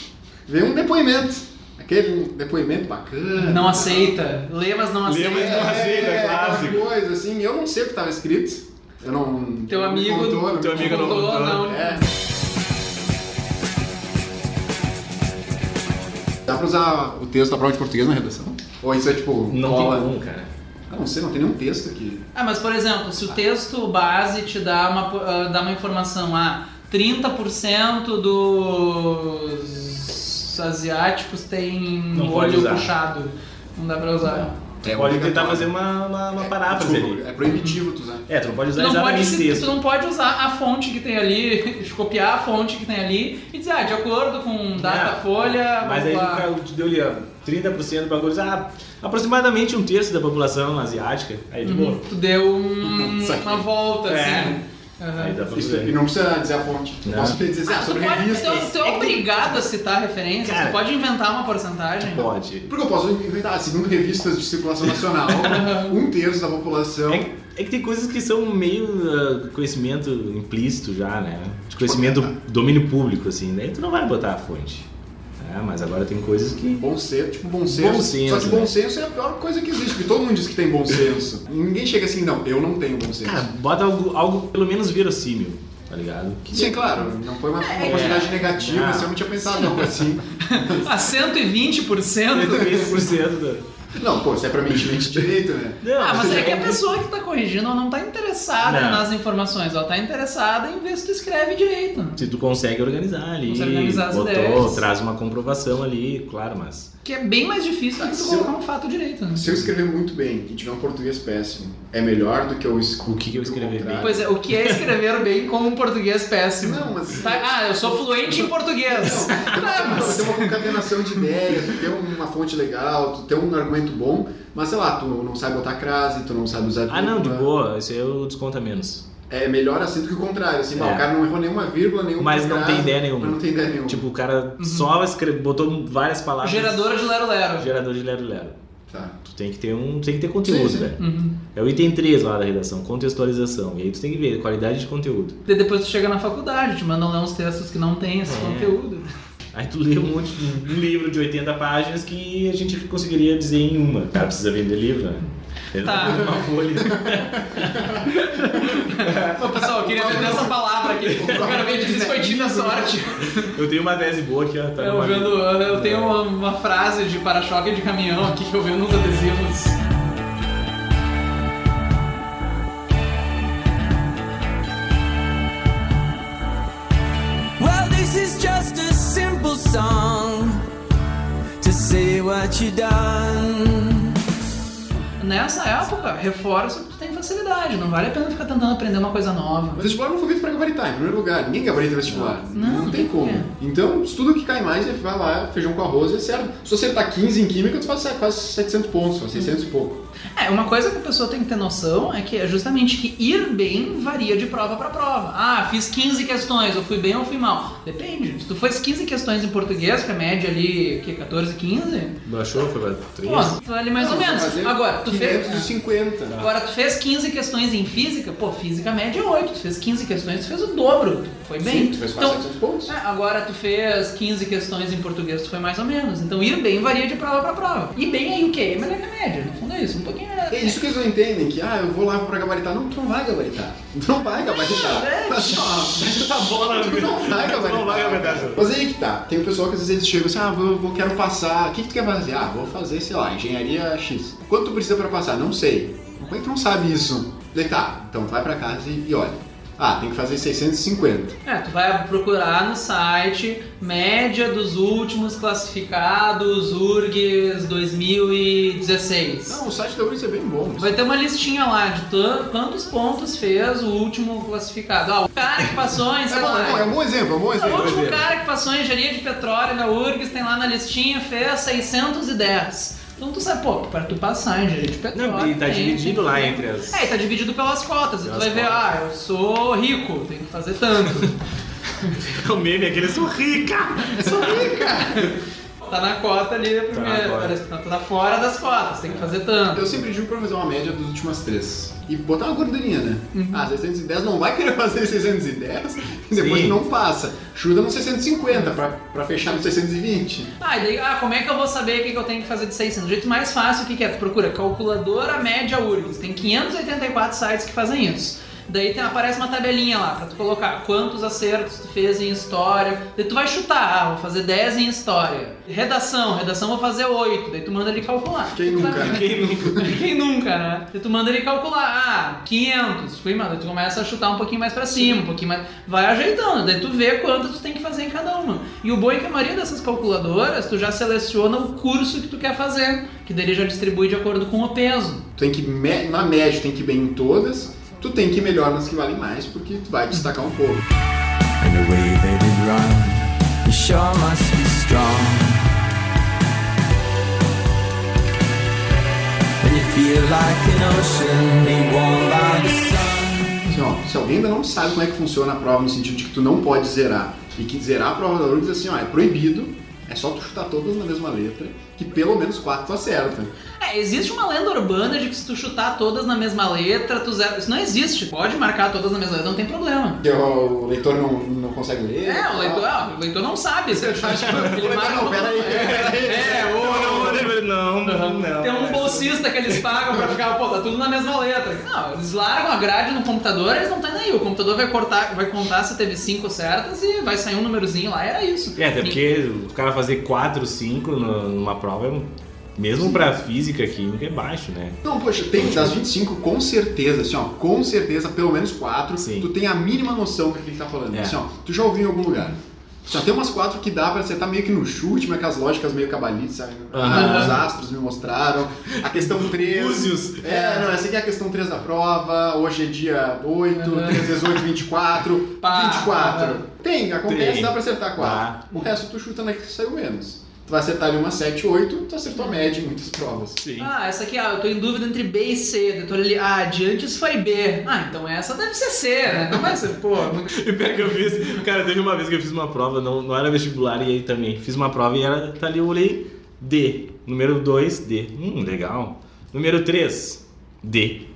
[SPEAKER 3] veio um depoimento. Aquele depoimento bacana.
[SPEAKER 1] Não aceita. Lê, mas não
[SPEAKER 2] Lê,
[SPEAKER 1] aceita.
[SPEAKER 2] mas não aceita,
[SPEAKER 3] É, aquela
[SPEAKER 2] clássico.
[SPEAKER 3] coisa, assim, eu não sei o que estava escrito. Eu não.
[SPEAKER 1] Teu
[SPEAKER 3] não me
[SPEAKER 1] amigo-
[SPEAKER 3] contou, não me
[SPEAKER 2] Teu amigo não
[SPEAKER 1] Contou,
[SPEAKER 2] contou.
[SPEAKER 1] não.
[SPEAKER 3] é. Dá pra usar o texto da prova de português na redação? Ou isso é tipo.
[SPEAKER 2] Não
[SPEAKER 3] cola?
[SPEAKER 2] tem como, cara.
[SPEAKER 3] Ah, não sei, não tem nenhum texto aqui.
[SPEAKER 1] Ah, mas por exemplo, se o texto base te dá uma, po- ah, dá uma informação ah, a 30% dos asiáticos tem
[SPEAKER 2] Não pode
[SPEAKER 1] olho
[SPEAKER 2] usar.
[SPEAKER 1] puxado, não dá pra usar.
[SPEAKER 3] É
[SPEAKER 2] Pode tentar
[SPEAKER 3] obrigatório.
[SPEAKER 2] fazer uma, uma, uma paráfrase
[SPEAKER 3] Desculpa,
[SPEAKER 2] ali.
[SPEAKER 3] É proibitivo tu usar.
[SPEAKER 2] É, tu não pode
[SPEAKER 1] Tu
[SPEAKER 2] usar
[SPEAKER 1] não,
[SPEAKER 2] exatamente
[SPEAKER 1] pode,
[SPEAKER 2] esse
[SPEAKER 1] se- tu
[SPEAKER 2] texto.
[SPEAKER 1] não pode usar a fonte que tem ali, copiar a fonte que tem ali e dizer, ah, de acordo com data,
[SPEAKER 2] É,
[SPEAKER 1] folha,
[SPEAKER 2] Mas aí o
[SPEAKER 1] blá, blá.
[SPEAKER 2] cara te deu ali, ó, 30% do bagulho. Ah, aproximadamente um terço da população asiática. Aí, tu,
[SPEAKER 1] Uhum,
[SPEAKER 2] pô,
[SPEAKER 1] tu deu um-
[SPEAKER 3] Isso aqui.
[SPEAKER 1] uma volta,
[SPEAKER 2] É.
[SPEAKER 1] assim. Aham.
[SPEAKER 2] aí dá pra
[SPEAKER 3] Isso, é- e
[SPEAKER 2] fazer.
[SPEAKER 3] não precisa dizer a fonte.
[SPEAKER 2] Não.
[SPEAKER 3] Posso dizer assim,
[SPEAKER 1] Ah,
[SPEAKER 3] ah,
[SPEAKER 1] tu,
[SPEAKER 3] sobre
[SPEAKER 1] pode, tu,
[SPEAKER 3] revistas.
[SPEAKER 1] tu é obrigado a citar referências,
[SPEAKER 2] Cara.
[SPEAKER 1] tu pode inventar uma porcentagem.
[SPEAKER 2] Pode.
[SPEAKER 3] Porque eu posso inventar, segundo revistas de circulação nacional, um terço da população.
[SPEAKER 2] É, que- é que tem coisas que são meio ah, conhecimento implícito já, né? De conhecimento domínio público, assim. Daí tu não vai botar a fonte. Ah, mas agora tem coisas que.
[SPEAKER 3] Bom senso, tipo bom senso.
[SPEAKER 2] Bom senso,
[SPEAKER 3] Só que bom
[SPEAKER 2] né?
[SPEAKER 3] senso é a pior coisa que existe, porque todo mundo diz que tem bom senso. Ninguém chega assim, não, eu não tenho bom senso.
[SPEAKER 2] Cara, bota algo, algo pelo menos verossímil, tá ligado? Que-
[SPEAKER 3] Sim, claro, não foi uma,
[SPEAKER 1] É,
[SPEAKER 3] uma quantidade negativa,
[SPEAKER 2] Não.
[SPEAKER 3] assim, eu não tinha pensado não, assim.
[SPEAKER 1] A
[SPEAKER 3] Então,
[SPEAKER 1] 120%?
[SPEAKER 2] 33% da.
[SPEAKER 3] Não, pô, isso é pra mim, gente direito, né?
[SPEAKER 2] Não,
[SPEAKER 1] Ah, mas
[SPEAKER 2] você
[SPEAKER 1] é que a
[SPEAKER 2] já-
[SPEAKER 3] então-
[SPEAKER 1] pessoa que tá corrigindo ela não tá interessada
[SPEAKER 2] Não.
[SPEAKER 1] nas informações, ela tá interessada em ver se tu escreve direito. né?
[SPEAKER 2] Se é tu consegue organizar ali,
[SPEAKER 1] Consegue organizar as
[SPEAKER 2] botou,
[SPEAKER 1] ideias.
[SPEAKER 2] traz uma comprovação ali, claro, mas
[SPEAKER 1] Que é bem mais difícil do que tu
[SPEAKER 3] Se eu-
[SPEAKER 1] colocar um fato direito. né?
[SPEAKER 3] Se eu escrever muito bem e tiver um português péssimo, é melhor do que eu escrever.
[SPEAKER 2] O que que eu escrever bem?
[SPEAKER 1] Pois é, o que é escrever bem com um português péssimo?
[SPEAKER 3] Não, mas-
[SPEAKER 1] Tá, ah, eu sou fluente em português. Tá,
[SPEAKER 3] Não, tu
[SPEAKER 1] mas-
[SPEAKER 3] tem uma concatenação de ideias, tu tem uma fonte legal, tu tem um argumento bom, mas sei lá, tu não sabe botar crase, tu não sabe usar
[SPEAKER 2] Ah, não, de
[SPEAKER 3] vírgula.
[SPEAKER 2] boa, isso aí eu desconto a menos.
[SPEAKER 3] É melhor assim do que o contrário. Assim, bah,
[SPEAKER 2] É.
[SPEAKER 3] o cara não errou nenhuma vírgula, nenhuma
[SPEAKER 2] Mas não
[SPEAKER 3] crase,
[SPEAKER 2] tem ideia nenhuma.
[SPEAKER 3] mas Não tem ideia nenhuma.
[SPEAKER 2] Tipo, o cara
[SPEAKER 1] Uhum.
[SPEAKER 2] só escreve, botou várias palavras.
[SPEAKER 1] Geradora de Lero Lero.
[SPEAKER 2] Gerador de lero lero.
[SPEAKER 3] Tá.
[SPEAKER 2] Tu tem que ter um, tem que ter conteúdo,
[SPEAKER 3] Sim, sim.
[SPEAKER 2] velho.
[SPEAKER 1] Uhum.
[SPEAKER 2] É o item 3 lá da redação, contextualização. E aí tu tem que ver qualidade de conteúdo.
[SPEAKER 1] E depois tu chega na faculdade, te mandam ler uns textos que não tem esse
[SPEAKER 2] É.
[SPEAKER 1] conteúdo.
[SPEAKER 2] Aí tu lê um monte de um livro de 80 páginas que a gente conseguiria dizer em uma. O cara precisa vender livro, né? Ele
[SPEAKER 1] Tá.
[SPEAKER 2] não tem uma folha.
[SPEAKER 1] Ô, pessoal, eu queria vender essa palavra aqui. Eu quero vender biscoitinho da sorte.
[SPEAKER 2] Eu tenho uma tese boa aqui, ó. Tá
[SPEAKER 1] Eu,
[SPEAKER 2] numa-
[SPEAKER 1] vendo, eu tenho uma, uma frase de para-choque de caminhão aqui que eu vendo nos adesivos.
[SPEAKER 5] Well, this is just a simple song to say what you done.
[SPEAKER 1] Nessa época, reforço que tu tem facilidade. Não vale a pena ficar tentando aprender uma coisa nova.
[SPEAKER 3] O vestibular não foi feito pra gabaritar, em primeiro lugar. Ninguém gabarita vestibular.
[SPEAKER 1] Não, não
[SPEAKER 3] tem
[SPEAKER 1] tem
[SPEAKER 3] como.
[SPEAKER 1] porquê.
[SPEAKER 3] Então, estuda o que cai mais, e vai lá, feijão com arroz e acerta. Se você acertar 15 em química, tu faz quase 700 pontos, faz 600 e pouco.
[SPEAKER 1] É, uma coisa que a pessoa tem que ter noção é que é justamente que ir bem varia de prova pra prova. Ah, fiz 15 questões, eu fui bem ou fui mal? Depende. Se tu fez 15 questões em português, que a média ali, que é 14, 15,
[SPEAKER 2] Baixou, foi pra 3.
[SPEAKER 1] pô, tu tá ali mais ou menos.
[SPEAKER 3] Então, Fazer
[SPEAKER 1] Agora, tu fez.
[SPEAKER 3] 550.
[SPEAKER 1] Agora, tu fez 15 questões em física, pô, física média é 8. Tu fez 15 questões, tu fez o dobro. Tu foi bem.
[SPEAKER 3] Sim, tu fez quase
[SPEAKER 1] então,
[SPEAKER 3] 700 pontos.
[SPEAKER 1] é, agora tu fez 15 questões em português, tu foi mais ou menos. Então ir bem varia de prova pra prova. E bem aí o quê? É melhor que a média. No fundo é isso. Um pouquinho é.
[SPEAKER 3] É isso que eles não entendem, que ah, eu vou lá pra gabaritar. Não, tu não vai gabaritar. Tu não vai gabaritar.
[SPEAKER 1] É,
[SPEAKER 2] Tá bola,
[SPEAKER 3] Tu não vai gabaritar.
[SPEAKER 2] Não vai gabaritar.
[SPEAKER 3] Mas aí que tá. Tem um pessoal que às vezes chega assim, ah, vou, vou- quero passar. O que, que tu quer fazer? Ah, vou fazer, sei lá, engenharia X. Quanto tu precisa pra passar? Não sei. Como é que tu não sabe isso? Daí tá, então vai pra casa e, e olha. Ah, tem que fazer 650.
[SPEAKER 1] É, tu vai procurar no site média dos últimos classificados URGS 2016.
[SPEAKER 3] Não, o site da URGS é bem bom.
[SPEAKER 1] Vai ter uma listinha lá de tan- quantos pontos fez o último classificado. Ah, o cara que passou em,
[SPEAKER 3] É
[SPEAKER 1] sei
[SPEAKER 3] bom, é bom, é
[SPEAKER 1] lá.
[SPEAKER 3] um bom exemplo, é um bom
[SPEAKER 1] O
[SPEAKER 3] exemplo.
[SPEAKER 1] último cara que passou em engenharia de petróleo na URGS tem lá na listinha, fez 610. Então tu sabe, pô, para tu passar em engenharia de petróleo.
[SPEAKER 2] Não, e tá
[SPEAKER 1] tem-
[SPEAKER 2] dividido lá entre as.
[SPEAKER 1] É, e tá dividido pelas cotas. E tu
[SPEAKER 2] Pelas
[SPEAKER 1] vai ver,
[SPEAKER 2] cotas.
[SPEAKER 1] ah, eu sou rico, tenho que fazer tanto.
[SPEAKER 2] O meme é aquele, sou rica!
[SPEAKER 3] Sou rica!
[SPEAKER 1] Tá na cota ali a primeira.
[SPEAKER 2] cota.
[SPEAKER 1] parece que tá, tá fora das cotas, tem que fazer tanto.
[SPEAKER 3] Eu sempre digo pra fazer uma média das últimas três. E botar uma gordurinha, né?
[SPEAKER 1] Uhum.
[SPEAKER 3] Ah, 610 não vai querer fazer 610 e depois
[SPEAKER 2] Sim.
[SPEAKER 3] não passa. Chuta no 650 pra, pra fechar no 620.
[SPEAKER 1] Ah, e daí, ah, como é que eu vou saber o que, que eu tenho que fazer de 600? O jeito mais fácil, o que, que é? Tu procura calculadora média URGS. Tem 584 sites que fazem isso. Daí tem- aparece uma tabelinha lá pra tu colocar quantos acertos tu fez em história. Daí tu vai chutar, ah, vou fazer 10 em história. Redação, redação vou fazer 8. Daí tu manda ele calcular.
[SPEAKER 3] Quem
[SPEAKER 1] Tu
[SPEAKER 3] nunca,
[SPEAKER 1] vai-
[SPEAKER 3] né?
[SPEAKER 2] Quem nunca?
[SPEAKER 1] Quem nunca, né? E tu manda ele calcular, ah, 500, fui mal. Daí tu começa a chutar um pouquinho mais pra cima, um pouquinho mais. Vai ajeitando, daí tu vê quanto tu tem que fazer em cada uma. E o bom é que a maioria dessas calculadoras, tu já seleciona o curso que tu quer fazer, que daí ele já distribui de acordo com o peso.
[SPEAKER 3] Tu tem que, ir me- na média, tu tem que ir bem em todas. Tu tem que ir melhor nas que valem mais, porque tu vai destacar um pouco.
[SPEAKER 5] And the way they did run, you sure must be strong. When you feel like an ocean, be warmed by the sun.
[SPEAKER 3] Assim, ó, se alguém ainda não sabe como é que funciona a prova, no sentido de que tu não pode zerar, e que zerar a prova da URGS assim, ó, é proibido, é só tu chutar todas na mesma letra, que pelo menos quatro tu acerta.
[SPEAKER 1] É, existe uma lenda urbana de que se tu chutar todas na mesma letra, tu zero. Isso não existe. Pode marcar todas na mesma letra, não tem problema.
[SPEAKER 3] Porque o leitor não, não consegue ler.
[SPEAKER 1] É, o leitor, ah, o leitor não sabe. Se ele marca
[SPEAKER 3] Não, peraí, peraí.
[SPEAKER 1] É, ou
[SPEAKER 2] Não, não, não.
[SPEAKER 1] Tem um bolsista que eles pagam pra ficar, pô, tá tudo na mesma letra. Não, eles largam a grade no computador, eles não estão nem aí. O computador vai cortar, vai contar se teve cinco certas e vai sair um númerozinho lá, era isso.
[SPEAKER 2] É, até porque o cara fazer 4, 5 numa prova é um- Mesmo pra física, química é baixo, né?
[SPEAKER 3] Não, poxa, tem das 25, com certeza, assim, ó, com certeza, pelo menos 4,
[SPEAKER 2] Sim.
[SPEAKER 3] tu tem a mínima noção do que ele tá falando.
[SPEAKER 2] É.
[SPEAKER 3] Assim, ó, tu já ouviu em algum lugar. Só tem umas quatro que dá pra você tá meio que no chute, mas com as lógicas meio cabalites, sabe? Ah,
[SPEAKER 2] Aham.
[SPEAKER 3] os astros me mostraram. A questão 3.
[SPEAKER 2] Búzios.
[SPEAKER 3] É, não, essa aqui é a questão 3 da prova, hoje é dia 8,
[SPEAKER 1] Aham.
[SPEAKER 3] 3 vezes 8, 24,
[SPEAKER 1] Pá.
[SPEAKER 3] 24. Tem, acontece,
[SPEAKER 2] Tem.
[SPEAKER 3] dá pra acertar 4.
[SPEAKER 2] Dá.
[SPEAKER 3] O resto tu chuta na que saiu menos. Tu vai acertar ali uma 7, 8, tu acertou a média em muitas provas.
[SPEAKER 2] Sim.
[SPEAKER 1] Ah, essa aqui, ah, eu tô em dúvida entre B e C. Eu tô ali, ah, adiante isso foi B. Ah, então essa deve ser C, né? Não vai ser, pô. não-
[SPEAKER 2] E pior que eu fiz. Cara, teve uma vez que eu fiz uma prova, não, não era vestibular e aí também. Fiz uma prova e era, tá ali, eu olhei D. Número 2, D. Hum, legal. Número 3, D.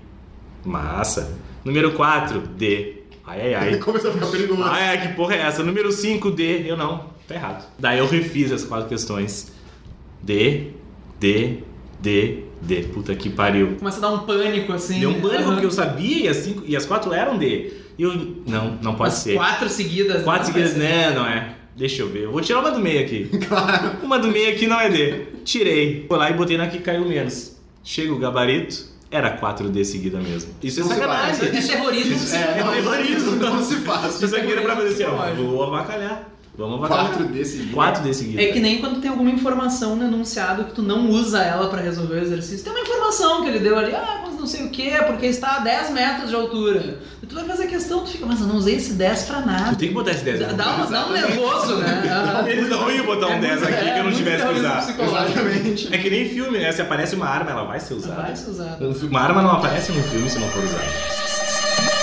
[SPEAKER 2] Massa. Número 4, D. Ai, ai,
[SPEAKER 3] Aí
[SPEAKER 2] ai.
[SPEAKER 3] começou a ficar perigoso.
[SPEAKER 2] Ai, ai, que porra é essa? Número 5, D. Eu não, tá errado. Daí eu refiz as quatro questões. D, D, D, D. Puta que pariu.
[SPEAKER 1] Começa a dar um pânico, assim.
[SPEAKER 2] Deu um pânico
[SPEAKER 1] Aham.
[SPEAKER 2] porque eu sabia e as, cinco, e as quatro eram D. E eu, não, não pode
[SPEAKER 1] As
[SPEAKER 2] ser.
[SPEAKER 1] quatro seguidas. né?
[SPEAKER 2] Quatro
[SPEAKER 1] Não vai
[SPEAKER 2] seguidas,
[SPEAKER 1] ser.
[SPEAKER 2] né? Não é. Deixa eu ver. Eu vou tirar uma do meio aqui. claro. Uma do meio aqui não é D. Tirei. Fui lá e botei na que caiu menos. Chega o gabarito, era 4D seguida mesmo. Isso é
[SPEAKER 3] Não se
[SPEAKER 2] sacanagem.
[SPEAKER 3] faz.
[SPEAKER 1] É um terrorismo.
[SPEAKER 3] É, não,
[SPEAKER 2] terrorismo.
[SPEAKER 3] não se faz.
[SPEAKER 2] Isso aqui era pra fazer assim, ó.
[SPEAKER 1] Lógico.
[SPEAKER 2] Vou avacalhar. Vamos avacalhar.
[SPEAKER 3] 4 desse
[SPEAKER 2] 4D seguida.
[SPEAKER 1] É que nem quando tem alguma informação no enunciado que tu não usa ela pra resolver o exercício. Tem uma informação que ele deu ali, ah, mas não sei o que, porque está a 10 metros de altura. E tu vai fazer a questão, tu fica, mas eu não usei esse 10 pra
[SPEAKER 2] Eu
[SPEAKER 1] nada.
[SPEAKER 2] tenho que botar esse 10
[SPEAKER 1] É. Dá,
[SPEAKER 2] aqui.
[SPEAKER 1] dá um, dá um nervoso, né? Ah,
[SPEAKER 2] Eles não iam botar um
[SPEAKER 1] é
[SPEAKER 2] 10
[SPEAKER 1] muito-
[SPEAKER 2] aqui
[SPEAKER 1] é,
[SPEAKER 2] que eu não
[SPEAKER 1] muito
[SPEAKER 2] tivesse que
[SPEAKER 1] terrorismo
[SPEAKER 2] usar.
[SPEAKER 1] psicológico.
[SPEAKER 3] Exatamente.
[SPEAKER 2] É que nem filme, né? Se aparece uma arma, ela vai ser usada.
[SPEAKER 1] Vai ser usada.
[SPEAKER 2] Uma arma não aparece no filme se não for usada.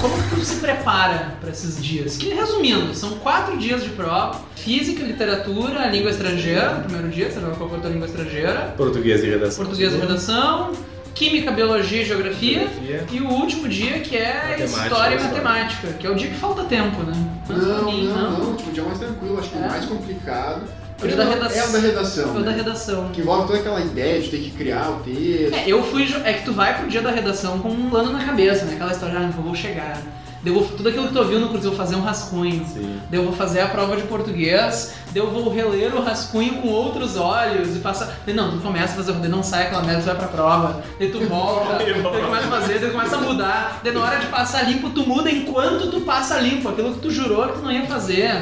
[SPEAKER 1] Como que tu se prepara pra esses dias? Que resumindo, são quatro dias de prova: física, literatura, língua estrangeira, no primeiro dia, você vai qual for a tua língua estrangeira,
[SPEAKER 2] Português e redação.
[SPEAKER 1] português e redação, química, biologia e geografia,
[SPEAKER 2] Geografia.
[SPEAKER 1] e o último dia que é
[SPEAKER 2] Matemática,
[SPEAKER 1] história e
[SPEAKER 2] história.
[SPEAKER 1] matemática, que é o dia que falta tempo, né? Mas pra
[SPEAKER 3] Não,
[SPEAKER 1] mim,
[SPEAKER 3] não, não. Tipo, o dia mais tranquilo, acho que o
[SPEAKER 1] É.
[SPEAKER 3] mais complicado.
[SPEAKER 1] É o da redação.
[SPEAKER 3] É o da redação.
[SPEAKER 1] É o da
[SPEAKER 3] né?
[SPEAKER 1] redação.
[SPEAKER 3] Que envolve toda aquela ideia de ter que criar o texto.
[SPEAKER 1] É, eu fui. jo- É que tu vai pro dia da redação com um plano na cabeça, né? Aquela história, ah, eu vou chegar. Daí Eu vou, tudo aquilo que tu ouviu no curso, eu vou fazer um rascunho.
[SPEAKER 2] Sim.
[SPEAKER 1] Daí eu vou fazer a prova de português, daí eu vou reler o rascunho com outros olhos e passar. Daí Não, tu começa a fazer o rodeio, não sai aquela merda, tu vai pra prova, daí tu volta, daí tu começa a fazer, daí tu começa a mudar, daí na hora de passar limpo, tu muda enquanto tu passa limpo, aquilo que tu jurou que tu não ia fazer.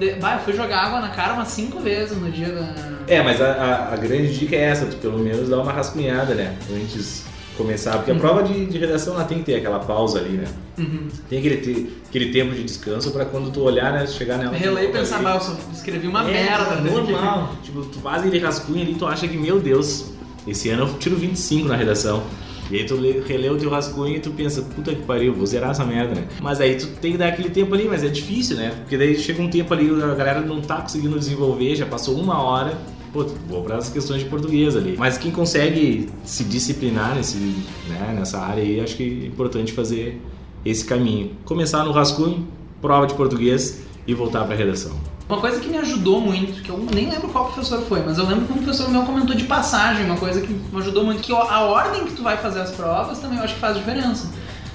[SPEAKER 1] Daí- Bah, eu fui jogar água na cara umas cinco vezes no dia da.
[SPEAKER 2] É, mas a, a- a grande dica é essa, tu pelo menos dá uma rascunhada, né? Antes de começar, porque a prova de, de redação ela tem que ter aquela pausa ali, né?
[SPEAKER 1] Uhum.
[SPEAKER 2] Tem aquele, te- aquele tempo de descanso pra quando tu olhar, né, chegar nela.
[SPEAKER 1] Relei e
[SPEAKER 2] tu-
[SPEAKER 1] pensar,
[SPEAKER 2] ali.
[SPEAKER 1] bah, eu só escrevi uma
[SPEAKER 2] É,
[SPEAKER 1] merda, né?
[SPEAKER 2] normal. Tipo, tu faz aquele rascunho ali, tu acha que, meu Deus, esse ano eu tiro 25 na redação. E aí tu lê- relê o teu rascunho e tu pensa, puta que pariu, vou zerar essa merda, né? Mas aí tu tem que dar aquele tempo ali, mas é difícil, né? Porque daí chega um tempo ali, a galera não tá conseguindo desenvolver, já passou uma hora. Pô, vou para as questões de português ali. Mas quem consegue se disciplinar nesse, né, nessa área aí, acho que é importante fazer esse caminho. Começar no rascunho, prova de português e voltar pra redação.
[SPEAKER 1] Uma coisa que me ajudou muito, que eu nem lembro qual professor foi, mas eu lembro que um professor meu comentou de passagem, uma coisa que me ajudou muito, que a ordem que tu vai fazer as provas também eu acho que faz diferença.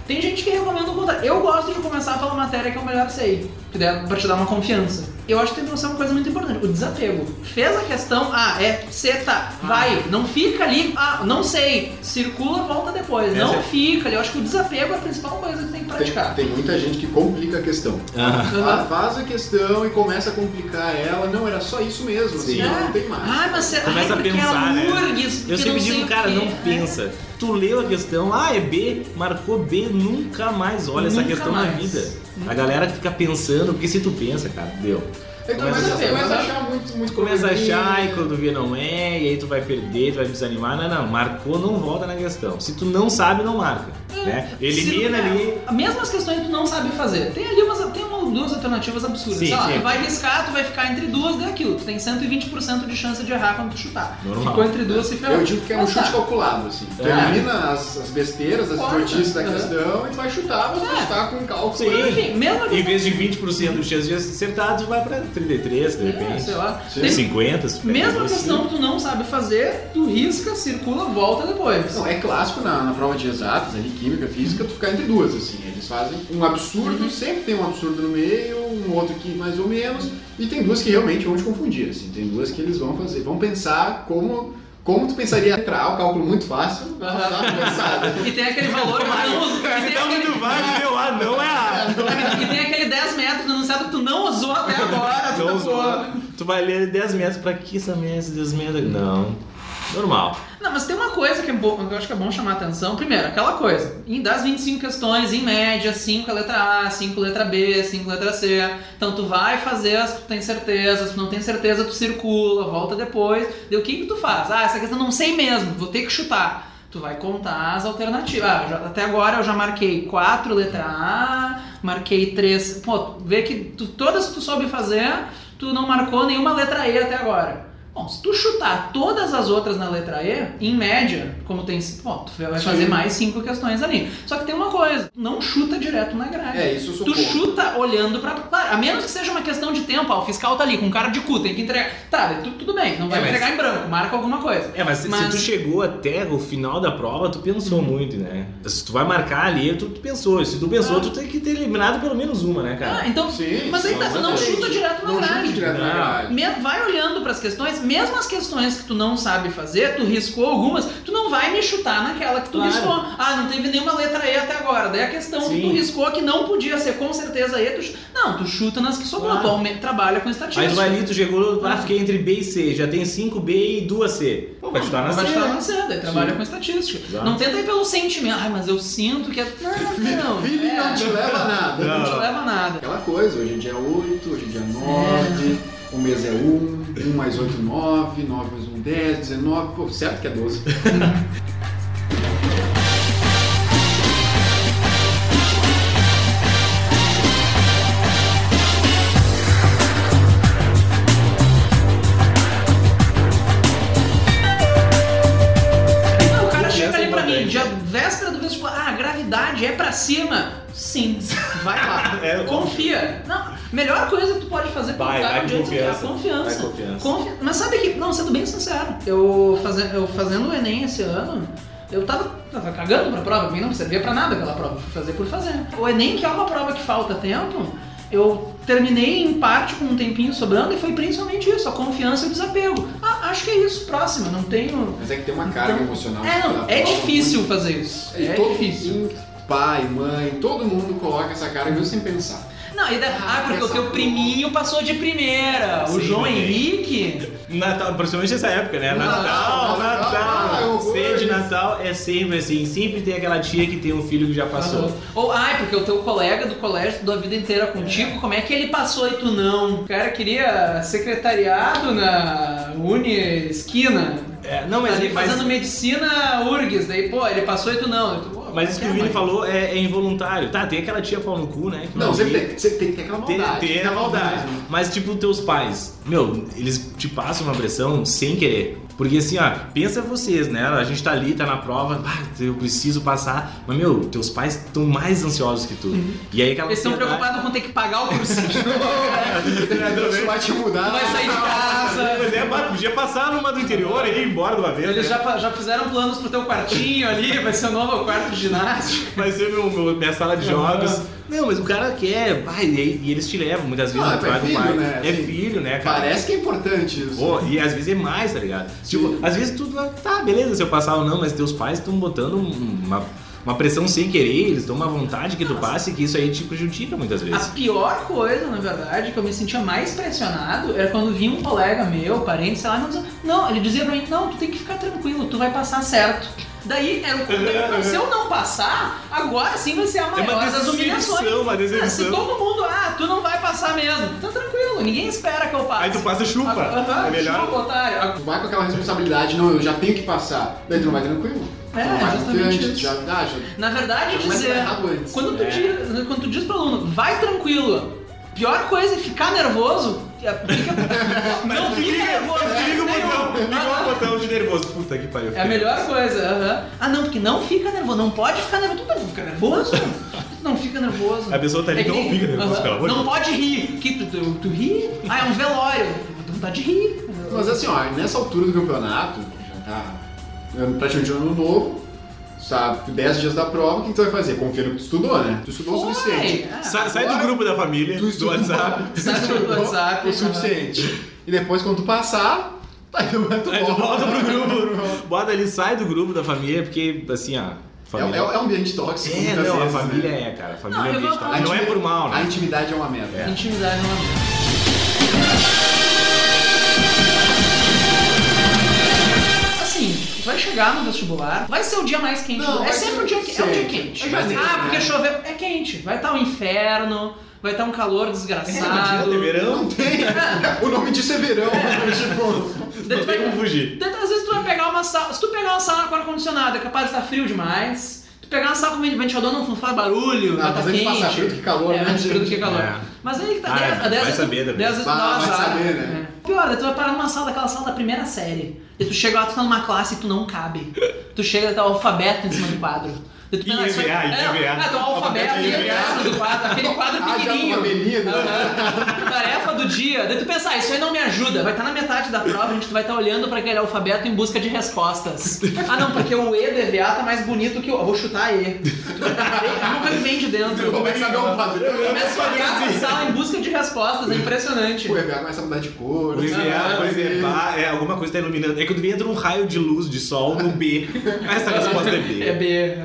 [SPEAKER 1] Tem gente que recomenda o contrário. Eu gosto de começar pela matéria que eu melhor sei, que dá pra te dar uma confiança. Eu acho que tem que ser uma coisa muito importante, o desapego. Fez a questão, ah, é seta, vai, não fica ali, ah, não sei, circula, volta depois.
[SPEAKER 2] Essa
[SPEAKER 1] não
[SPEAKER 2] é-
[SPEAKER 1] fica ali, eu acho que o desapego é a principal coisa que tem que praticar.
[SPEAKER 3] Tem, tem muita gente que complica a questão. Ah, faz a questão e começa a complicar ela. Não, era só isso mesmo.
[SPEAKER 2] Sim.
[SPEAKER 3] Assim, não tem mais.
[SPEAKER 1] Ah, mas você
[SPEAKER 2] Começa
[SPEAKER 1] ai,
[SPEAKER 2] a
[SPEAKER 1] porque
[SPEAKER 2] pensar, né?
[SPEAKER 1] é URGS, porque
[SPEAKER 2] Eu sempre
[SPEAKER 1] não sei
[SPEAKER 2] digo,
[SPEAKER 1] o
[SPEAKER 2] cara,
[SPEAKER 1] quê. É.
[SPEAKER 2] não pensa. né? Tu leu a questão, ah, é B, marcou B, nunca mais olha essa
[SPEAKER 1] Nunca
[SPEAKER 2] questão na
[SPEAKER 1] mais.
[SPEAKER 2] vida.
[SPEAKER 1] Nunca.
[SPEAKER 2] A galera fica pensando, porque se tu pensa, cara, deu.
[SPEAKER 3] Então
[SPEAKER 2] Começa
[SPEAKER 3] começa,
[SPEAKER 2] a
[SPEAKER 3] começa
[SPEAKER 1] pensar.
[SPEAKER 3] a achar muito, muito
[SPEAKER 2] Tu começa a
[SPEAKER 3] complicado.
[SPEAKER 2] achar e quando vê não é, e aí tu vai perder, tu vai desanimar. Não, não, marcou, não volta na questão. Se tu não sabe, não marca.
[SPEAKER 1] É,
[SPEAKER 2] né?
[SPEAKER 1] É,
[SPEAKER 2] Elimina
[SPEAKER 1] se-
[SPEAKER 2] ali.
[SPEAKER 1] é, Mesmo as questões que tu não sabe fazer. Tem ali umas, tem uma, duas alternativas absurdas.
[SPEAKER 2] Sim,
[SPEAKER 1] Sei lá,
[SPEAKER 2] sim.
[SPEAKER 1] tu vai riscar, tu vai ficar entre duas daquilo. Tu tem 120% de chance de errar quando tu chutar.
[SPEAKER 2] Normal.
[SPEAKER 1] Ficou entre duas, se ferrou.
[SPEAKER 3] Eu digo que é um
[SPEAKER 1] Mas tá.
[SPEAKER 3] chute calculado, assim. Tu
[SPEAKER 2] É.
[SPEAKER 3] elimina as, as besteiras, as
[SPEAKER 1] Corta,
[SPEAKER 3] idiotices da
[SPEAKER 1] aham.
[SPEAKER 3] questão e tu vai chutar, mas
[SPEAKER 1] É.
[SPEAKER 3] vai chutar com cálculo.
[SPEAKER 2] Sim.
[SPEAKER 3] né?
[SPEAKER 1] Enfim, mesmo a
[SPEAKER 2] Em
[SPEAKER 1] questão-
[SPEAKER 2] vez de 20% de chance de acertar, tu vai pra 33, de
[SPEAKER 1] é,
[SPEAKER 2] repente.
[SPEAKER 1] sei lá.
[SPEAKER 3] Sim.
[SPEAKER 1] Tem-
[SPEAKER 2] 50, 50.
[SPEAKER 1] mesmo a questão que tu não sabe fazer, tu risca, circula, volta depois.
[SPEAKER 3] Não, é clássico na, na prova de exatas, ali, química, física, tu ficar entre duas, assim. Eles fazem um absurdo, sempre tem um absurdo no meio, um outro que mais ou menos, e tem duas que realmente vão te confundir, assim. Tem duas que eles vão fazer, vão pensar como, como tu pensaria entrar, o cálculo muito fácil, tá
[SPEAKER 2] é
[SPEAKER 3] pensado.
[SPEAKER 1] E tem aquele valor que tu não usa. E um tem
[SPEAKER 2] Então,
[SPEAKER 1] aquele-
[SPEAKER 2] tu né? vai, meu A não é A.
[SPEAKER 1] E tem aquele 10 metros do anunciado que tu não usou até agora, tu
[SPEAKER 2] Não
[SPEAKER 1] tá
[SPEAKER 2] usou.
[SPEAKER 1] zoando.
[SPEAKER 2] Tu vai ler 10 metros pra que essa merda, esses 10 metros? Não. Normal.
[SPEAKER 1] Não, mas tem uma coisa que é bom, que eu acho que é bom chamar a atenção. Primeiro, aquela coisa. Em das 25 questões, em média, 5 é letra A, 5 é letra B, 5 é letra C. Então tu vai fazer as que tu tem certeza, se tu não tem certeza, tu circula, volta depois. Daí o que, que tu faz? Ah, essa questão eu não sei mesmo, vou ter que chutar. Tu vai contar as alternativas. Ah, já- até agora eu já marquei 4 letra A, marquei 3. Pô, vê que tu- todas que tu soube fazer, tu não marcou nenhuma letra E até agora. Bom, se tu chutar todas as outras na letra E, em média, como tem. Bom, tu vai
[SPEAKER 3] Sim.
[SPEAKER 1] fazer mais cinco questões ali. Só que tem uma coisa: não chuta direto na grade.
[SPEAKER 3] É, isso eu sou
[SPEAKER 1] Tu
[SPEAKER 3] contra.
[SPEAKER 1] chuta olhando pra. Claro, a menos que seja uma questão de tempo, ó, o fiscal tá ali com cara de cu, tem que entregar. Tá, tu- tudo bem, não vai
[SPEAKER 2] É, mas-
[SPEAKER 1] entregar em branco, marca alguma coisa.
[SPEAKER 2] É, mas, se-
[SPEAKER 1] Mas-
[SPEAKER 2] se tu chegou até o final da prova, tu pensou muito, né? Se tu vai marcar ali, tu, tu pensou. Se tu pensou, tu tem que ter eliminado pelo menos uma, né, cara?
[SPEAKER 1] Ah, então.
[SPEAKER 3] Sim,
[SPEAKER 1] mas aí tá,
[SPEAKER 3] sim,
[SPEAKER 1] tu não
[SPEAKER 3] exatamente.
[SPEAKER 1] chuta direto na
[SPEAKER 3] Não
[SPEAKER 1] grade.
[SPEAKER 3] chuta direto na
[SPEAKER 2] Não.
[SPEAKER 3] grade.
[SPEAKER 1] Me- Vai olhando pras questões, mesmo as questões que tu não sabe fazer, tu riscou algumas, tu não vai me chutar naquela que tu
[SPEAKER 2] Claro.
[SPEAKER 1] riscou. Ah, não teve nenhuma letra E até agora. Daí a questão que tu
[SPEAKER 2] Sim.
[SPEAKER 1] riscou que não podia ser com certeza E, tu chu- Não, tu chuta nas que sobrou,
[SPEAKER 2] Claro.
[SPEAKER 1] tu aumenta- trabalha com estatística.
[SPEAKER 2] Aí tu vai ali, tu chegou, ah, fiquei entre B e C, já tem 5B e 2C. Pô, vai chutar na
[SPEAKER 1] Vai
[SPEAKER 2] C.
[SPEAKER 1] chutar
[SPEAKER 2] né?
[SPEAKER 1] na C, daí trabalha com estatística.
[SPEAKER 2] Exato.
[SPEAKER 1] Não tenta ir pelo sentimento. Ai, mas eu sinto que é. Não, não.
[SPEAKER 3] Feeling
[SPEAKER 1] é,
[SPEAKER 3] não te leva a nada.
[SPEAKER 1] não te leva a nada.
[SPEAKER 3] Aquela coisa, hoje em dia é 8, hoje em dia é 9, um mês é 1, 1 mais 8, 9, 9 mais 1, 10, 19, pô, certo que é 12.
[SPEAKER 1] Não, o cara
[SPEAKER 2] Criança
[SPEAKER 1] chega ali pra mim,
[SPEAKER 2] importante.
[SPEAKER 1] dia véspera do vestibular, ah, gravidade é pra cima. Sim, vai lá.
[SPEAKER 2] É,
[SPEAKER 1] confia. Não, melhor coisa que tu pode fazer pro
[SPEAKER 2] Vai, vai
[SPEAKER 1] cara
[SPEAKER 2] com
[SPEAKER 1] um dia é a
[SPEAKER 2] confiança.
[SPEAKER 1] confiança.
[SPEAKER 2] Vai com confiança.
[SPEAKER 1] Confi- Mas sabe que, não, sendo bem sincero, eu, faze- eu fazendo o Enem esse ano, eu tava, tava cagando pra prova, pra mim não servia pra nada aquela prova, fui fazer por fazer. O Enem, que é uma prova que falta tempo, eu terminei em parte com um tempinho sobrando e foi principalmente isso, a confiança e o desapego. Ah, acho que é isso, próximo, não tenho...
[SPEAKER 3] Mas é que tem uma carga
[SPEAKER 1] Então,
[SPEAKER 3] emocional.
[SPEAKER 1] É,
[SPEAKER 3] na
[SPEAKER 1] não, é
[SPEAKER 3] prova,
[SPEAKER 1] difícil fazer isso.
[SPEAKER 3] muito-
[SPEAKER 1] É,
[SPEAKER 3] e todo
[SPEAKER 1] difícil.
[SPEAKER 3] Pai, mãe, todo mundo coloca essa carga mesmo sem pensar.
[SPEAKER 1] Não, e da... ah, porque o teu priminho passou de primeira. O
[SPEAKER 2] Sim,
[SPEAKER 1] João
[SPEAKER 2] bem.
[SPEAKER 1] Henrique.
[SPEAKER 2] né? Natal, principalmente nessa época, né?
[SPEAKER 3] Natal,
[SPEAKER 2] Natal,
[SPEAKER 3] Natal, ah,
[SPEAKER 2] Natal.
[SPEAKER 3] horror.
[SPEAKER 2] Sede de Natal é sempre assim. Sempre tem aquela tia que tem um filho que já passou.
[SPEAKER 1] Ou, ai, porque o teu colega do colégio estudou a vida inteira contigo, como é que ele passou e tu não? O cara queria secretariado na Uni Esquina.
[SPEAKER 2] É, não, mas,
[SPEAKER 1] ali
[SPEAKER 2] mas,
[SPEAKER 1] fazendo medicina URGS. Daí, pô, ele passou e tu não. E tu, pô,
[SPEAKER 2] mas isso que o Vini
[SPEAKER 1] mãe?
[SPEAKER 2] falou é, é involuntário. Tá, tem aquela tia pau no cu, né? que
[SPEAKER 3] Não,
[SPEAKER 2] um
[SPEAKER 3] sempre
[SPEAKER 2] dia-
[SPEAKER 3] tem, sempre tem que ter aquela
[SPEAKER 2] Ter,
[SPEAKER 3] maldade.
[SPEAKER 2] ter
[SPEAKER 3] tem
[SPEAKER 2] a
[SPEAKER 3] a
[SPEAKER 2] maldade.
[SPEAKER 3] né?
[SPEAKER 2] Mas, tipo, teus pais, meu, eles te passam uma pressão sem querer. Porque assim, ó, pensa vocês, né? A gente tá ali, tá na prova, "Bah, eu preciso passar. Mas, meu, teus pais estão mais ansiosos que tu. E aí aquela
[SPEAKER 1] Uhum. Eles estão
[SPEAKER 2] ansiedade-
[SPEAKER 1] preocupados com ter que pagar o cursinho.
[SPEAKER 3] Isso vai te mudar.
[SPEAKER 1] vai sair de casa.
[SPEAKER 2] Pois é, bah, podia passar numa do interior e ir embora de uma vez.
[SPEAKER 1] Eles
[SPEAKER 2] né?
[SPEAKER 1] já, fa- já fizeram planos pro teu quartinho ali, vai ser o novo quarto de ginástica.
[SPEAKER 2] Vai ser meu, meu- minha sala de jogos. Não, mas o cara quer, vai, e, e eles te levam muitas vezes
[SPEAKER 3] Ah,
[SPEAKER 2] na
[SPEAKER 3] é
[SPEAKER 2] casa do
[SPEAKER 3] filho,
[SPEAKER 2] pai.
[SPEAKER 3] né?
[SPEAKER 2] É filho, né, cara?
[SPEAKER 3] Parece que é importante isso.
[SPEAKER 2] Pô, e às vezes é mais, tá ligado?
[SPEAKER 3] Sim.
[SPEAKER 2] Tipo, às vezes tudo vai. Tá, beleza, se eu passar ou não, mas teus pais estão botando um- uma, uma pressão sem querer, eles dão uma vontade que tu passe, que isso aí te prejudica muitas
[SPEAKER 1] A
[SPEAKER 2] vezes.
[SPEAKER 1] pior coisa, na verdade, que eu me sentia mais pressionado era quando vinha um colega meu, parente, sei lá, não, dizia- não, ele dizia pra mim, não, tu tem que ficar tranquilo, tu vai passar certo. Daí, era o contrário. se eu não passar, agora sim vai ser a
[SPEAKER 2] é
[SPEAKER 1] maior
[SPEAKER 2] uma
[SPEAKER 1] das Ah, humilhações.
[SPEAKER 2] decepção, uma
[SPEAKER 1] Ah, Se
[SPEAKER 2] decepção.
[SPEAKER 1] todo mundo, ah, tu não vai passar mesmo, então tranquilo, ninguém espera que eu passe.
[SPEAKER 2] Aí tu passa e chupa.
[SPEAKER 1] Aham,
[SPEAKER 2] é melhor.
[SPEAKER 1] chupa, otário.
[SPEAKER 3] Tu vai com aquela responsabilidade, não, eu já tenho que passar. Daí tu não vai tranquilo.
[SPEAKER 1] É,
[SPEAKER 3] Vai
[SPEAKER 1] justamente
[SPEAKER 3] adiante,
[SPEAKER 1] isso.
[SPEAKER 3] Já, ah, já-
[SPEAKER 1] Na verdade,
[SPEAKER 3] Já começa
[SPEAKER 1] dizer,
[SPEAKER 3] errado antes.
[SPEAKER 1] quando, tu
[SPEAKER 2] É.
[SPEAKER 1] diz, quando tu diz pro aluno, vai tranquilo, pior coisa é ficar nervoso, que aplica- não fica nervoso,
[SPEAKER 2] Liga o
[SPEAKER 1] nenhum.
[SPEAKER 2] botão, liga um o botão de nervoso. Puta que pariu.
[SPEAKER 1] É a melhor coisa, aham. Ah, não, porque não fica nervoso, não pode ficar nervoso, tu não fica nervoso, tu não fica nervoso. É
[SPEAKER 2] A pessoa tá ali,
[SPEAKER 1] que
[SPEAKER 2] não
[SPEAKER 1] nem-
[SPEAKER 2] fica nervoso,
[SPEAKER 1] aham,
[SPEAKER 2] pelo amor de
[SPEAKER 1] Não
[SPEAKER 2] Deus.
[SPEAKER 1] pode rir, que tu, tu, tu ri, ah, é um velório, tu não tá de rir.
[SPEAKER 3] Mas assim, ó, nessa altura do campeonato, já tá é praticamente um ano novo, sabe? 10 dias da prova, o que tu vai fazer? Confia no que tu estudou, né? Tu estudou o suficiente.
[SPEAKER 1] Vai, ah,
[SPEAKER 2] Sa- sai do grupo da família,
[SPEAKER 3] Tu
[SPEAKER 2] do
[SPEAKER 3] estudou.
[SPEAKER 2] WhatsApp.
[SPEAKER 1] Sai do grupo do
[SPEAKER 3] Estudou
[SPEAKER 1] WhatsApp,
[SPEAKER 3] O suficiente. né? E depois, quando tu passar, tá aí, tu
[SPEAKER 2] Aí tu volta
[SPEAKER 3] volta.
[SPEAKER 2] pro grupo. Bota ali, sai do grupo da família, porque assim, ó.
[SPEAKER 3] É, é,
[SPEAKER 2] Família...
[SPEAKER 3] é um ambiente tóxico.
[SPEAKER 2] É,
[SPEAKER 3] muitas
[SPEAKER 2] não, a
[SPEAKER 3] vezes,
[SPEAKER 2] família
[SPEAKER 3] né?
[SPEAKER 2] é, cara. A família
[SPEAKER 1] Não,
[SPEAKER 2] é
[SPEAKER 1] eu vou
[SPEAKER 2] ambiente.
[SPEAKER 1] falar
[SPEAKER 2] Não é
[SPEAKER 3] de-
[SPEAKER 2] por mal,
[SPEAKER 3] A
[SPEAKER 2] né?
[SPEAKER 3] intimidade é uma merda.
[SPEAKER 2] É.
[SPEAKER 1] Intimidade não é uma merda. Assim, vai chegar no vestibular, vai ser o dia mais quente.
[SPEAKER 3] Não,
[SPEAKER 1] do- é
[SPEAKER 3] vai
[SPEAKER 1] sempre
[SPEAKER 3] ser-
[SPEAKER 1] um dia, que- é um dia
[SPEAKER 3] sempre.
[SPEAKER 1] quente.
[SPEAKER 3] É janeiro,
[SPEAKER 1] ah,
[SPEAKER 3] né?
[SPEAKER 1] porque choveu, é quente. Vai estar um inferno, vai estar um calor desgraçado.
[SPEAKER 2] Imagina,
[SPEAKER 3] Não
[SPEAKER 2] verão.
[SPEAKER 3] tem. O nome disso é verão. tipo,
[SPEAKER 1] Daí
[SPEAKER 2] Não
[SPEAKER 1] tu
[SPEAKER 2] tem
[SPEAKER 1] vai- um
[SPEAKER 2] como fugir.
[SPEAKER 1] Tantas às vezes tu vai pegar uma sala. Se tu pegar uma sala com ar-condicionado, é capaz de estar frio demais. Tu pegar uma sala com ventilador não, não faz barulho,
[SPEAKER 3] Ah,
[SPEAKER 1] vai
[SPEAKER 3] mas
[SPEAKER 1] tá
[SPEAKER 3] antes de
[SPEAKER 1] quente.
[SPEAKER 3] passar frio, que calor,
[SPEAKER 1] é,
[SPEAKER 3] né?
[SPEAKER 1] mais frio do que calor.
[SPEAKER 2] É.
[SPEAKER 1] Mas aí que tá
[SPEAKER 2] Ah,
[SPEAKER 1] 10
[SPEAKER 2] vai saber também.
[SPEAKER 1] vezes tu dá
[SPEAKER 3] Ah,
[SPEAKER 1] uma
[SPEAKER 3] vai
[SPEAKER 1] azar.
[SPEAKER 3] saber, né?
[SPEAKER 1] É. Pior, daí tu vai parar numa sala, daquela sala da primeira série. E tu chega lá, tu tá numa classe e tu não cabe. Tu chega, tá o alfabeto em cima do quadro. Daí tu
[SPEAKER 2] Ih,
[SPEAKER 1] pensa,
[SPEAKER 2] IVA,
[SPEAKER 1] é, não,
[SPEAKER 2] IVA.
[SPEAKER 1] Ah, tá o alfabeto
[SPEAKER 2] Alfabeto,
[SPEAKER 1] IVA em cima do quadro, aquele quadro
[SPEAKER 3] Ah, já
[SPEAKER 1] pequenininho.
[SPEAKER 3] numa avenida.
[SPEAKER 1] Aham. Tarefa do dia. Daí tu pensa, ah, isso aí não me ajuda. Vai estar na metade da prova, a gente vai estar olhando pra aquele alfabeto em busca de respostas. Ah, não, porque o E do EVA tá mais bonito que o... Eu vou chutar E. Tu vai dar E, Nunca me vem de dentro.
[SPEAKER 3] Como é que sabe um padrão?
[SPEAKER 1] Começa a olhar pra sala em busca de respostas, é impressionante.
[SPEAKER 3] O EVA começa a mudar de cor.
[SPEAKER 2] O IVA,
[SPEAKER 3] sabe?
[SPEAKER 2] por exemplo, ah, é, alguma coisa tá iluminando. É quando entra um raio de luz de sol no B. Essa resposta é
[SPEAKER 1] É
[SPEAKER 2] B.
[SPEAKER 1] B.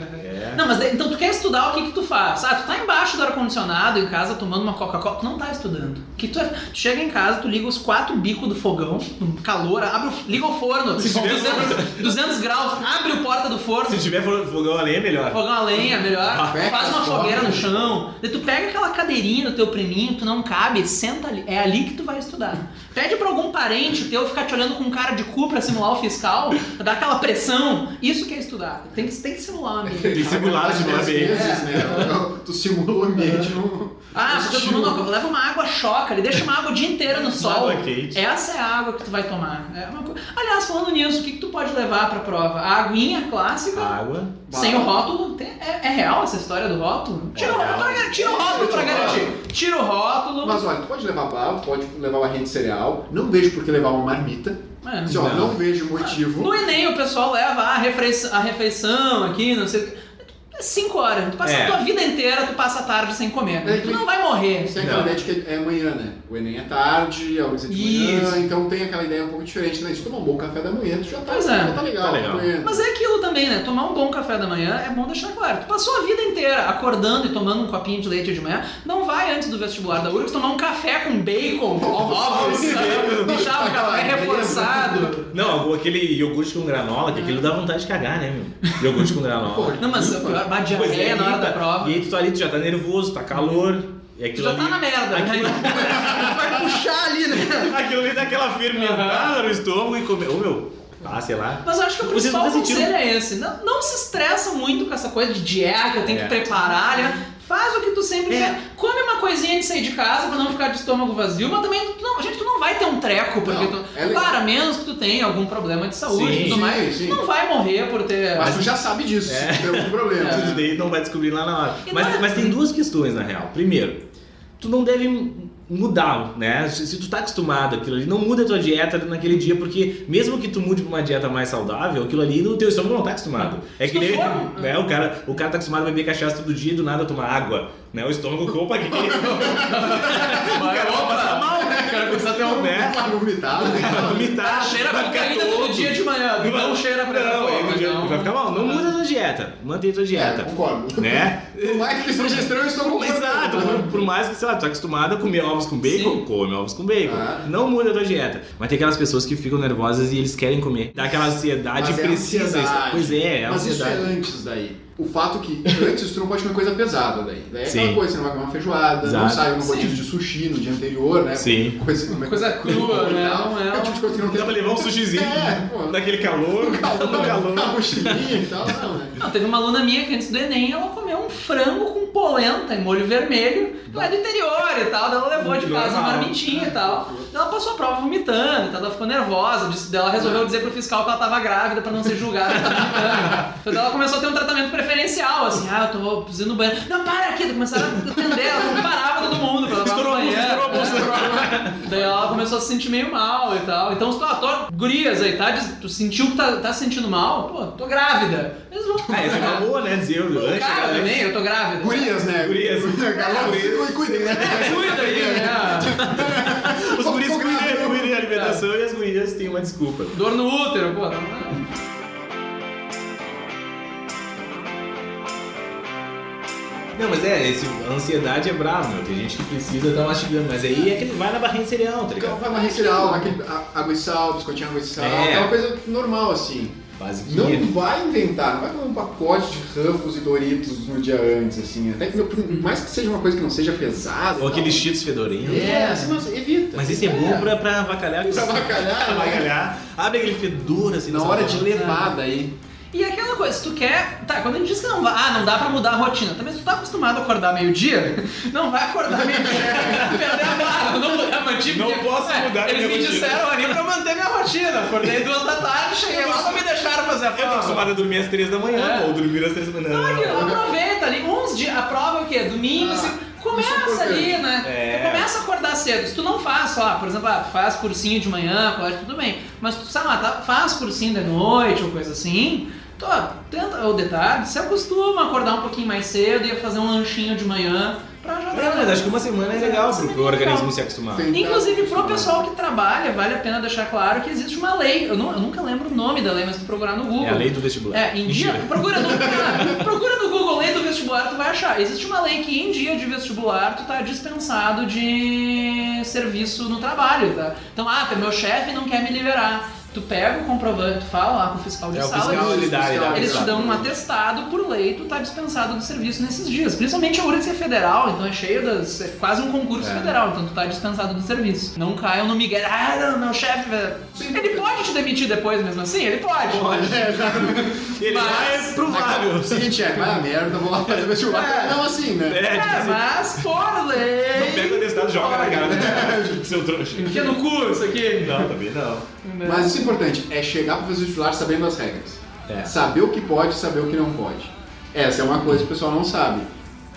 [SPEAKER 1] Não, mas daí- então tu quer estudar, o que que tu faz? Ah, tu tá embaixo do ar-condicionado, em casa, tomando uma Coca-Cola, tu não tá estudando. Que tu, é- tu chega em casa, tu liga os quatro bicos do fogão, um calor, abre o, liga o forno,
[SPEAKER 2] Se tiver
[SPEAKER 1] 200, 200 graus, abre o porta do forno,
[SPEAKER 2] Se tiver fo- fogão a lenha, é melhor.
[SPEAKER 1] fogão a lenha, melhor,
[SPEAKER 3] Pega
[SPEAKER 1] faz uma
[SPEAKER 3] as portas.
[SPEAKER 1] fogueira no chão, daí tu pega aquela cadeirinha do teu priminho, tu não cabe, senta ali, é ali que tu vai estudar. Pede pra algum parente teu ficar te olhando com um cara de cu pra simular o fiscal, dá aquela pressão, isso que é estudar, tem que, tem que simular, amigo.
[SPEAKER 2] Tem que simular, simular
[SPEAKER 3] Às
[SPEAKER 2] bem.
[SPEAKER 1] é.
[SPEAKER 3] vezes, né? Tu simula o ambiente no.
[SPEAKER 1] Ah,
[SPEAKER 3] no
[SPEAKER 1] porque
[SPEAKER 3] estilo.
[SPEAKER 1] tu não, leva uma água choca, ele deixa uma água o dia inteiro no sol.
[SPEAKER 2] água quente.
[SPEAKER 1] Essa é a água que tu vai tomar. É uma co- Aliás, falando nisso, o que, que tu pode levar pra prova? A aguinha clássica,
[SPEAKER 2] Ah, Água.
[SPEAKER 1] sem o rótulo. Tem- é, é real essa história do rótulo? Tira, o
[SPEAKER 2] real.
[SPEAKER 1] rótulo pra- tira o rótulo pra
[SPEAKER 3] É Tira o
[SPEAKER 1] garantir. Tira o rótulo.
[SPEAKER 3] Mas olha, tu pode levar barro, pode levar barrinha de cereal. Não vejo por que levar uma marmita.
[SPEAKER 1] É.
[SPEAKER 3] Assim, ó,
[SPEAKER 2] Não.
[SPEAKER 3] não. vejo motivo.
[SPEAKER 1] No Enem o pessoal leva a refeição, a refeição aqui, não sei o que. É Cinco horas. Tu passa
[SPEAKER 2] É.
[SPEAKER 1] a tua vida inteira, tu passa a tarde sem comer.
[SPEAKER 3] É,
[SPEAKER 1] tu
[SPEAKER 3] que-
[SPEAKER 1] não vai morrer.
[SPEAKER 3] Isso é aquela
[SPEAKER 2] Não.
[SPEAKER 3] ideia de que é amanhã, né? O Enem é tarde, a Luísa é de
[SPEAKER 1] Isso.
[SPEAKER 3] manhã, então tem aquela ideia um pouco diferente, né? Se tomar um bom café da manhã, tu já tá,
[SPEAKER 1] Pois é.
[SPEAKER 3] já tá legal.
[SPEAKER 2] Tá legal.
[SPEAKER 3] comendo.
[SPEAKER 1] Mas é aquilo também, né? Tomar um bom café da manhã é bom deixar claro. Tu passou a vida inteira acordando e tomando um copinho de leite de manhã, não vai antes do vestibular da URGS tomar um café com bacon, com ovos, sabe?
[SPEAKER 3] tá
[SPEAKER 1] deixar o café reforçado.
[SPEAKER 2] Não, aquele iogurte com granola, que aquilo dá vontade de cagar, né, meu? Iogurte com granola.
[SPEAKER 1] Não, mas o pior, uma
[SPEAKER 2] Pois é,
[SPEAKER 1] diarreia na hora
[SPEAKER 2] tá-
[SPEAKER 1] da prova.
[SPEAKER 2] E aí tu tá ali, tu já tá nervoso, tá calor. E
[SPEAKER 1] Tu
[SPEAKER 2] aquilo
[SPEAKER 1] já tá
[SPEAKER 2] ali-
[SPEAKER 1] na merda.
[SPEAKER 2] Aquilo,
[SPEAKER 1] né? Vai puxar ali, né?
[SPEAKER 2] aquilo ali dá aquela fermentada no estômago e come. Ô meu, ah, sei lá.
[SPEAKER 1] Mas eu acho que o
[SPEAKER 2] Vocês
[SPEAKER 1] principal
[SPEAKER 2] nunca
[SPEAKER 1] conselho
[SPEAKER 2] sentiram-
[SPEAKER 1] é esse. Não, não se estressa muito com essa coisa de dieta, eu tenho
[SPEAKER 2] É.
[SPEAKER 1] que preparar, né? Faz o que tu sempre
[SPEAKER 2] É.
[SPEAKER 1] quer. Come uma coisinha de sair de casa pra não ficar de estômago vazio, mas também, tu não, gente, tu não vai ter um treco, porque
[SPEAKER 3] Não,
[SPEAKER 1] tu,
[SPEAKER 3] é legal.
[SPEAKER 1] para menos que tu tenha algum problema de saúde
[SPEAKER 2] Sim,
[SPEAKER 1] e tudo mais,
[SPEAKER 3] sim, sim.
[SPEAKER 1] tu não vai morrer por ter...
[SPEAKER 3] Mas tu já sabe disso,
[SPEAKER 2] É.
[SPEAKER 3] tem algum problema.
[SPEAKER 2] Tudo
[SPEAKER 3] né?
[SPEAKER 2] daí não vai descobrir lá na hora.
[SPEAKER 1] E não
[SPEAKER 2] Mas,
[SPEAKER 1] é-
[SPEAKER 2] mas tem duas questões, na real. Primeiro, tu não deve mudar, né? Se, se tu tá acostumado àquilo ali, não muda a tua dieta naquele dia, porque mesmo que tu mude pra uma dieta mais saudável, aquilo ali no teu estômago não tá acostumado. É
[SPEAKER 1] Se
[SPEAKER 2] que
[SPEAKER 1] tu
[SPEAKER 2] nem,
[SPEAKER 1] for- ah.
[SPEAKER 2] né, o, cara, o cara tá acostumado a beber cachaça todo dia e do nada tomar água. Né? O estômago, opa, que que é isso?
[SPEAKER 1] vai,
[SPEAKER 2] Passa mal, né? O cara começa a ter um né?
[SPEAKER 3] Vai vomitar, né?
[SPEAKER 2] Vai vomitar,
[SPEAKER 1] Cheira
[SPEAKER 2] vai
[SPEAKER 1] pra
[SPEAKER 2] ficar
[SPEAKER 1] comida todo
[SPEAKER 2] todo.
[SPEAKER 1] dia de manhã, não cheira pra
[SPEAKER 2] Não, aí no dia vai ficar mal. Não muda a tua dieta, mantém a tua
[SPEAKER 3] É,
[SPEAKER 2] dieta.
[SPEAKER 3] concordo.
[SPEAKER 2] Né?
[SPEAKER 3] Por mais que seja estranho, eu estou com
[SPEAKER 2] Exato,
[SPEAKER 3] né?
[SPEAKER 2] por- por mais que, sei lá, tu tá acostumado a comer ovos com bacon,
[SPEAKER 1] Sim.
[SPEAKER 2] come ovos com bacon.
[SPEAKER 3] Ah.
[SPEAKER 2] Não muda a tua dieta. Mas tem aquelas pessoas que ficam nervosas e eles querem comer. Dá aquela ansiedade
[SPEAKER 3] Mas
[SPEAKER 2] e
[SPEAKER 3] é
[SPEAKER 2] precisa.
[SPEAKER 3] ansiedade.
[SPEAKER 2] Ah, Pois é, é
[SPEAKER 3] Mas isso é
[SPEAKER 2] ansiedade.
[SPEAKER 3] antes daí. o fato é que antes tu não pode comer coisa pesada daí. Daí é aquela
[SPEAKER 2] Sim.
[SPEAKER 3] coisa, você não vai comer uma feijoada, não
[SPEAKER 2] Exato.
[SPEAKER 3] sai um
[SPEAKER 1] Sim.
[SPEAKER 3] rodízio de sushi no dia anterior, né?
[SPEAKER 2] Sim.
[SPEAKER 3] Coisa, uma
[SPEAKER 1] Coisa crua, né? Não é
[SPEAKER 3] É o tipo de coisa que não tem.
[SPEAKER 2] Dá pra levar um sushizinho
[SPEAKER 3] É, pô. Tá
[SPEAKER 2] naquele calor, no calor.
[SPEAKER 3] Uma mochilinha e tal, não, né?
[SPEAKER 1] Não, teve uma aluna minha que antes do Enem ela comeu um frango com polenta em molho vermelho, lá é do interior e tal, daí ela levou de casa uma
[SPEAKER 2] Normal.
[SPEAKER 1] marmitinha e tal. Daí Ela passou a prova vomitando, e tal, ela ficou nervosa, disse- daí ela resolveu dizer pro fiscal que ela tava grávida pra não ser julgada que tava vomitando. Então daí ela começou a ter um tratamento preferencial, assim, ah, eu tô precisando do banheiro. Não, para aqui, começaram a atender, ela não parava todo mundo pra levar no
[SPEAKER 2] Estourou a bolsa,
[SPEAKER 1] banheiro.
[SPEAKER 2] estourou a bolsa.
[SPEAKER 1] Daí ela começou a se sentir meio mal e tal. Então, se tu, ah, tô- gurias aí, tá? Diz- Tu sentiu que tá, tá se sentindo mal? Pô, tô grávida. Eles vão.
[SPEAKER 2] Ah, essa é uma boa, né? Dizer, eu
[SPEAKER 1] Cara,
[SPEAKER 2] antes, cara,
[SPEAKER 1] também, eu tô grávida.
[SPEAKER 3] Gurias, né?
[SPEAKER 2] Gurias.
[SPEAKER 3] Galera, cuidem, cuidem, né?
[SPEAKER 1] Cuida aí, né?
[SPEAKER 2] Os guris
[SPEAKER 3] Vou comprar.
[SPEAKER 2] cuidam cuidam da alimentação e as gurias têm uma desculpa.
[SPEAKER 1] Dor no útero, pô.
[SPEAKER 2] Não, mas é, esse, a ansiedade é brava, meu. Tem gente que precisa estar mastigando, mas aí é que ele vai na barrinha de cereal, tá
[SPEAKER 3] Então
[SPEAKER 2] ligado?
[SPEAKER 3] vai uma respiral, aquele a- água e sal, biscoitinho água e sal,
[SPEAKER 2] É.
[SPEAKER 3] é uma coisa normal assim. Não
[SPEAKER 2] Basiquinha.
[SPEAKER 3] vai inventar, não vai comer um pacote de Ruffles e Doritos no dia antes, assim. Até que, por mais que seja uma coisa que não seja pesada.
[SPEAKER 2] Ou
[SPEAKER 3] e
[SPEAKER 2] aqueles
[SPEAKER 3] tal.
[SPEAKER 2] cheetos fedorentos.
[SPEAKER 3] É, assim, mas evita.
[SPEAKER 2] Mas isso é bom pra, pra avacalhar.
[SPEAKER 3] Pra avacalhar, né?
[SPEAKER 2] Pra avacalhar. Abre aquele fedor assim.
[SPEAKER 3] Na
[SPEAKER 2] nessa
[SPEAKER 3] hora
[SPEAKER 2] bola.
[SPEAKER 3] de levar daí.
[SPEAKER 1] E aquela coisa, se tu quer. Tá, quando a gente diz que não vai. Ah, não dá pra mudar a rotina. Também se tu tá acostumado a acordar meio-dia, não vai acordar meio-dia. Perder a barra, não é, mudar a mantíbula.
[SPEAKER 2] Não posso mudar a
[SPEAKER 1] tipo é, Eles
[SPEAKER 2] minha
[SPEAKER 1] me
[SPEAKER 2] rotina.
[SPEAKER 1] disseram ali pra manter minha rotina. Acordei duas da tarde, cheguei lá, não me deixaram fazer a
[SPEAKER 2] Eu tô
[SPEAKER 1] prova.
[SPEAKER 2] acostumado a dormir às três da manhã,
[SPEAKER 1] É.
[SPEAKER 2] ou dormir às três da manhã.
[SPEAKER 1] Não, é que aproveita ali. Uns dias, a prova é o quê? Domingo,
[SPEAKER 3] Ah,
[SPEAKER 1] assim.
[SPEAKER 3] isso
[SPEAKER 1] Começa
[SPEAKER 3] é importante.
[SPEAKER 1] ali, né?
[SPEAKER 2] É.
[SPEAKER 1] Tu começa a acordar cedo. Se tu não faz só, por exemplo, ah, faz cursinho de manhã, acorda, tudo bem. Mas tu sabe, lá, tá- faz cursinho de noite ou coisa assim. Tô, tenta, ou de tarde, se acostuma a acordar um pouquinho mais cedo e a fazer um lanchinho de manhã pra já um-
[SPEAKER 2] Não, mas acho que uma semana é legal pro, pro organismo se acostumar.
[SPEAKER 3] Sim.
[SPEAKER 1] Inclusive, pro pessoal que trabalha, vale a pena deixar claro que existe uma lei. Eu, não- eu nunca lembro o nome da lei, mas tu procurar no Google.
[SPEAKER 2] É a lei do vestibular.
[SPEAKER 1] É, em dia.
[SPEAKER 2] Mentira.
[SPEAKER 1] Procura no, cara, procura no Google Lei do Vestibular, tu vai achar. Existe uma lei que em dia de vestibular tu tá dispensado de serviço no trabalho, tá? Então, ah, meu chefe não quer me liberar. Tu pega o comprovante, tu fala lá com o fiscal de
[SPEAKER 2] É o
[SPEAKER 1] sala.
[SPEAKER 2] fiscal,
[SPEAKER 1] eles-
[SPEAKER 2] ele dá, ele dá.
[SPEAKER 1] eles te
[SPEAKER 2] Exato.
[SPEAKER 1] dão um atestado por lei, tu tá dispensado do serviço nesses dias. Principalmente agora que você é federal, então é cheio das. É quase um concurso
[SPEAKER 2] É.
[SPEAKER 1] federal, então tu tá dispensado do serviço. Não caiam no Miguel. Ah, não, meu chefe. velho."
[SPEAKER 3] Sim.
[SPEAKER 1] Ele pode te demitir depois mesmo assim? Ele pode.
[SPEAKER 3] É, já.
[SPEAKER 2] Ele
[SPEAKER 1] Mas-
[SPEAKER 2] lá é provável.
[SPEAKER 3] O seguinte é, vai a merda, vou lá fazer vestibular. Não assim, né?
[SPEAKER 2] É, tipo
[SPEAKER 1] É,
[SPEAKER 2] assim,
[SPEAKER 1] mas né? por lei.
[SPEAKER 2] pega o atestado e joga na cara do seu trouxa.
[SPEAKER 1] Enfia no cu isso aqui.
[SPEAKER 2] Não, também não.
[SPEAKER 3] Mas isso é importante, é chegar para fazer vestibular sabendo as regras.
[SPEAKER 2] É.
[SPEAKER 3] Saber o que pode, saber o que não pode. Essa é uma coisa que o pessoal não sabe.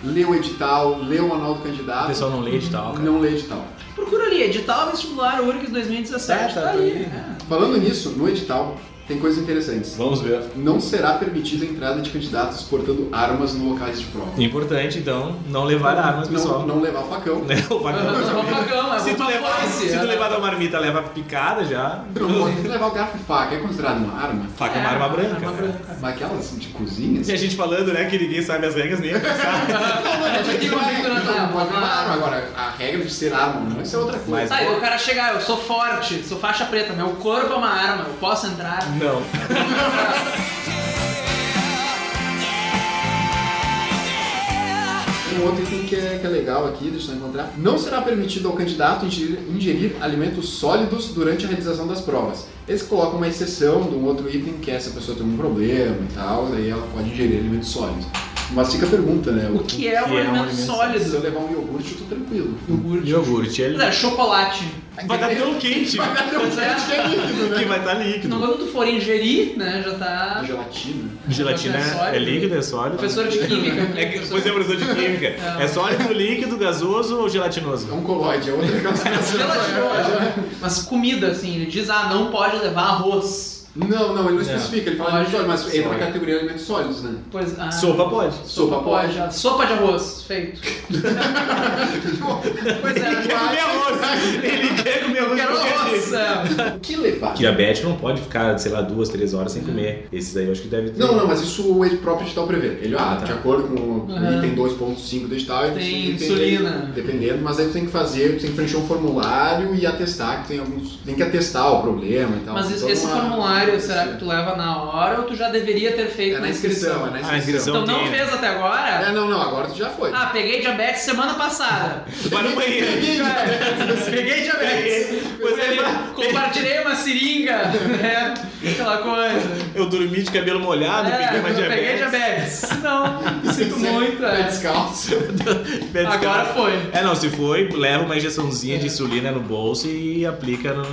[SPEAKER 3] Lê o edital, lê o manual do candidato,
[SPEAKER 2] O pessoal não lê edital, cara.
[SPEAKER 3] não lê edital.
[SPEAKER 1] Procura ali, edital vestibular URGS 2017. Tá,
[SPEAKER 2] Tá, tá,
[SPEAKER 1] ali.
[SPEAKER 2] tá ali.
[SPEAKER 1] né?
[SPEAKER 3] Falando nisso, no edital tem coisas interessantes.
[SPEAKER 2] Vamos ver.
[SPEAKER 3] Não será permitida a entrada de candidatos portando armas no locais de prova.
[SPEAKER 2] Importante, então, não levar armas, pessoal.
[SPEAKER 3] Não, não levar facão.
[SPEAKER 2] Né, o
[SPEAKER 1] Não, não, não,
[SPEAKER 2] bagulho.
[SPEAKER 1] facão, é
[SPEAKER 2] Se tu
[SPEAKER 1] uma
[SPEAKER 2] levar,
[SPEAKER 1] foice,
[SPEAKER 2] se
[SPEAKER 1] é.
[SPEAKER 2] tu levar tua marmita, leva picada já.
[SPEAKER 3] Não pode levar o garfo e faca, é considerado uma arma?
[SPEAKER 2] Faca é uma
[SPEAKER 1] É,
[SPEAKER 2] arma branca.
[SPEAKER 1] arma
[SPEAKER 2] né?
[SPEAKER 1] branca.
[SPEAKER 3] Daquelas de cozinha?
[SPEAKER 2] E a gente falando, né, que ninguém sabe as regras nem a pensar.
[SPEAKER 3] É, mas
[SPEAKER 1] Tem
[SPEAKER 3] não
[SPEAKER 1] uma
[SPEAKER 3] é-
[SPEAKER 1] pintura na
[SPEAKER 3] não
[SPEAKER 1] arma,
[SPEAKER 3] pode
[SPEAKER 1] uma
[SPEAKER 3] levar arma.
[SPEAKER 1] arma.
[SPEAKER 3] Agora, a regra de ser arma não, isso é outra coisa.
[SPEAKER 1] Tá, e o cara chegar, eu sou forte, sou faixa preta, meu corpo é uma arma, eu posso entrar.
[SPEAKER 2] Não.
[SPEAKER 3] Um outro item que é, que é legal aqui, deixa eu encontrar. Não será permitido ao candidato ingerir, ingerir alimentos sólidos durante a realização das provas. Eles colocam uma exceção de um outro item que é se a pessoa tem um problema e tal, aí ela pode ingerir alimentos sólidos. Mas fica a pergunta, né?
[SPEAKER 1] O que é
[SPEAKER 2] que
[SPEAKER 1] um
[SPEAKER 2] é um
[SPEAKER 1] alimento
[SPEAKER 2] alimento
[SPEAKER 3] Se eu
[SPEAKER 1] sólido?
[SPEAKER 3] levar um iogurte, eu tô tranquilo.
[SPEAKER 2] Iogurte. Ele...
[SPEAKER 1] É, chocolate.
[SPEAKER 2] Vai estar tão quente
[SPEAKER 3] Vai dar um iogurte que é líquido,
[SPEAKER 2] que
[SPEAKER 3] né?
[SPEAKER 2] vai estar
[SPEAKER 1] Então,
[SPEAKER 2] líquido.
[SPEAKER 1] quando tu for ingerir, né, já tá.
[SPEAKER 3] Gelatina.
[SPEAKER 2] Gelatina
[SPEAKER 1] É
[SPEAKER 2] é
[SPEAKER 1] sólido.
[SPEAKER 2] líquida, é sólido.
[SPEAKER 1] Professor de química.
[SPEAKER 2] É que, pois é, professor de química.
[SPEAKER 1] Não.
[SPEAKER 2] É sólido, líquido, gasoso ou
[SPEAKER 3] É
[SPEAKER 2] gelatinoso?
[SPEAKER 3] um colóide, é outra classificação.
[SPEAKER 1] Gelatinoso. Mas comida, assim, ele diz, ah, não pode levar arroz.
[SPEAKER 3] Não, não, ele não
[SPEAKER 2] É.
[SPEAKER 3] especifica, ele fala alimentos sólidos, mas entra na categoria de alimentos sólidos, né?
[SPEAKER 1] Pois, ah,
[SPEAKER 2] Sopa pode.
[SPEAKER 3] Sopa pode.
[SPEAKER 1] ah, Sopa de arroz, feito. pois é,
[SPEAKER 2] Quer comer arroz. Ele quer comer arroz. de
[SPEAKER 1] Quero
[SPEAKER 2] qualquer
[SPEAKER 1] arroz.
[SPEAKER 2] jeito.
[SPEAKER 1] é.
[SPEAKER 3] O que levar?
[SPEAKER 2] Diabético não pode ficar, sei lá, duas, três horas sem comer. Esses aí eu acho que deve ter.
[SPEAKER 3] Não, não, mas isso o próprio edital prevê. Ele, ah,
[SPEAKER 2] Ah, tá.
[SPEAKER 3] de acordo com o
[SPEAKER 1] Aham.
[SPEAKER 3] item 2.5 do edital, ele
[SPEAKER 1] Tem
[SPEAKER 3] depende-
[SPEAKER 1] insulina.
[SPEAKER 3] Dependendo, mas aí tu tem que fazer, tu tem que preencher um formulário e atestar que tem alguns. Tem que atestar o problema e tal.
[SPEAKER 1] Mas isso-
[SPEAKER 3] Toda
[SPEAKER 1] esse
[SPEAKER 3] uma-
[SPEAKER 1] formulário será que tu leva na hora ou tu já deveria ter feito
[SPEAKER 3] É na inscrição, é na inscrição.
[SPEAKER 2] Ah, inscrição.
[SPEAKER 1] Então não
[SPEAKER 2] tem.
[SPEAKER 1] fez até agora?
[SPEAKER 3] É, não, não, agora tu já foi.
[SPEAKER 1] Ah, peguei diabetes semana passada.
[SPEAKER 2] Vai no banheiro.
[SPEAKER 3] Peguei, já.
[SPEAKER 1] peguei diabetes.
[SPEAKER 2] Pois é, ele-
[SPEAKER 1] Compartilhei uma seringa, né? Aquela coisa.
[SPEAKER 2] Eu dormi de cabelo molhado,
[SPEAKER 1] É,
[SPEAKER 2] Ah, peguei uma
[SPEAKER 1] eu peguei
[SPEAKER 2] diabetes.
[SPEAKER 1] diabetes. Não, sinto muito.
[SPEAKER 3] Pé
[SPEAKER 1] É.
[SPEAKER 3] descalço.
[SPEAKER 2] Pé
[SPEAKER 1] Agora
[SPEAKER 2] descalço.
[SPEAKER 1] foi.
[SPEAKER 2] É, não, se foi, leva uma injeçãozinha de insulina no bolso e aplica no,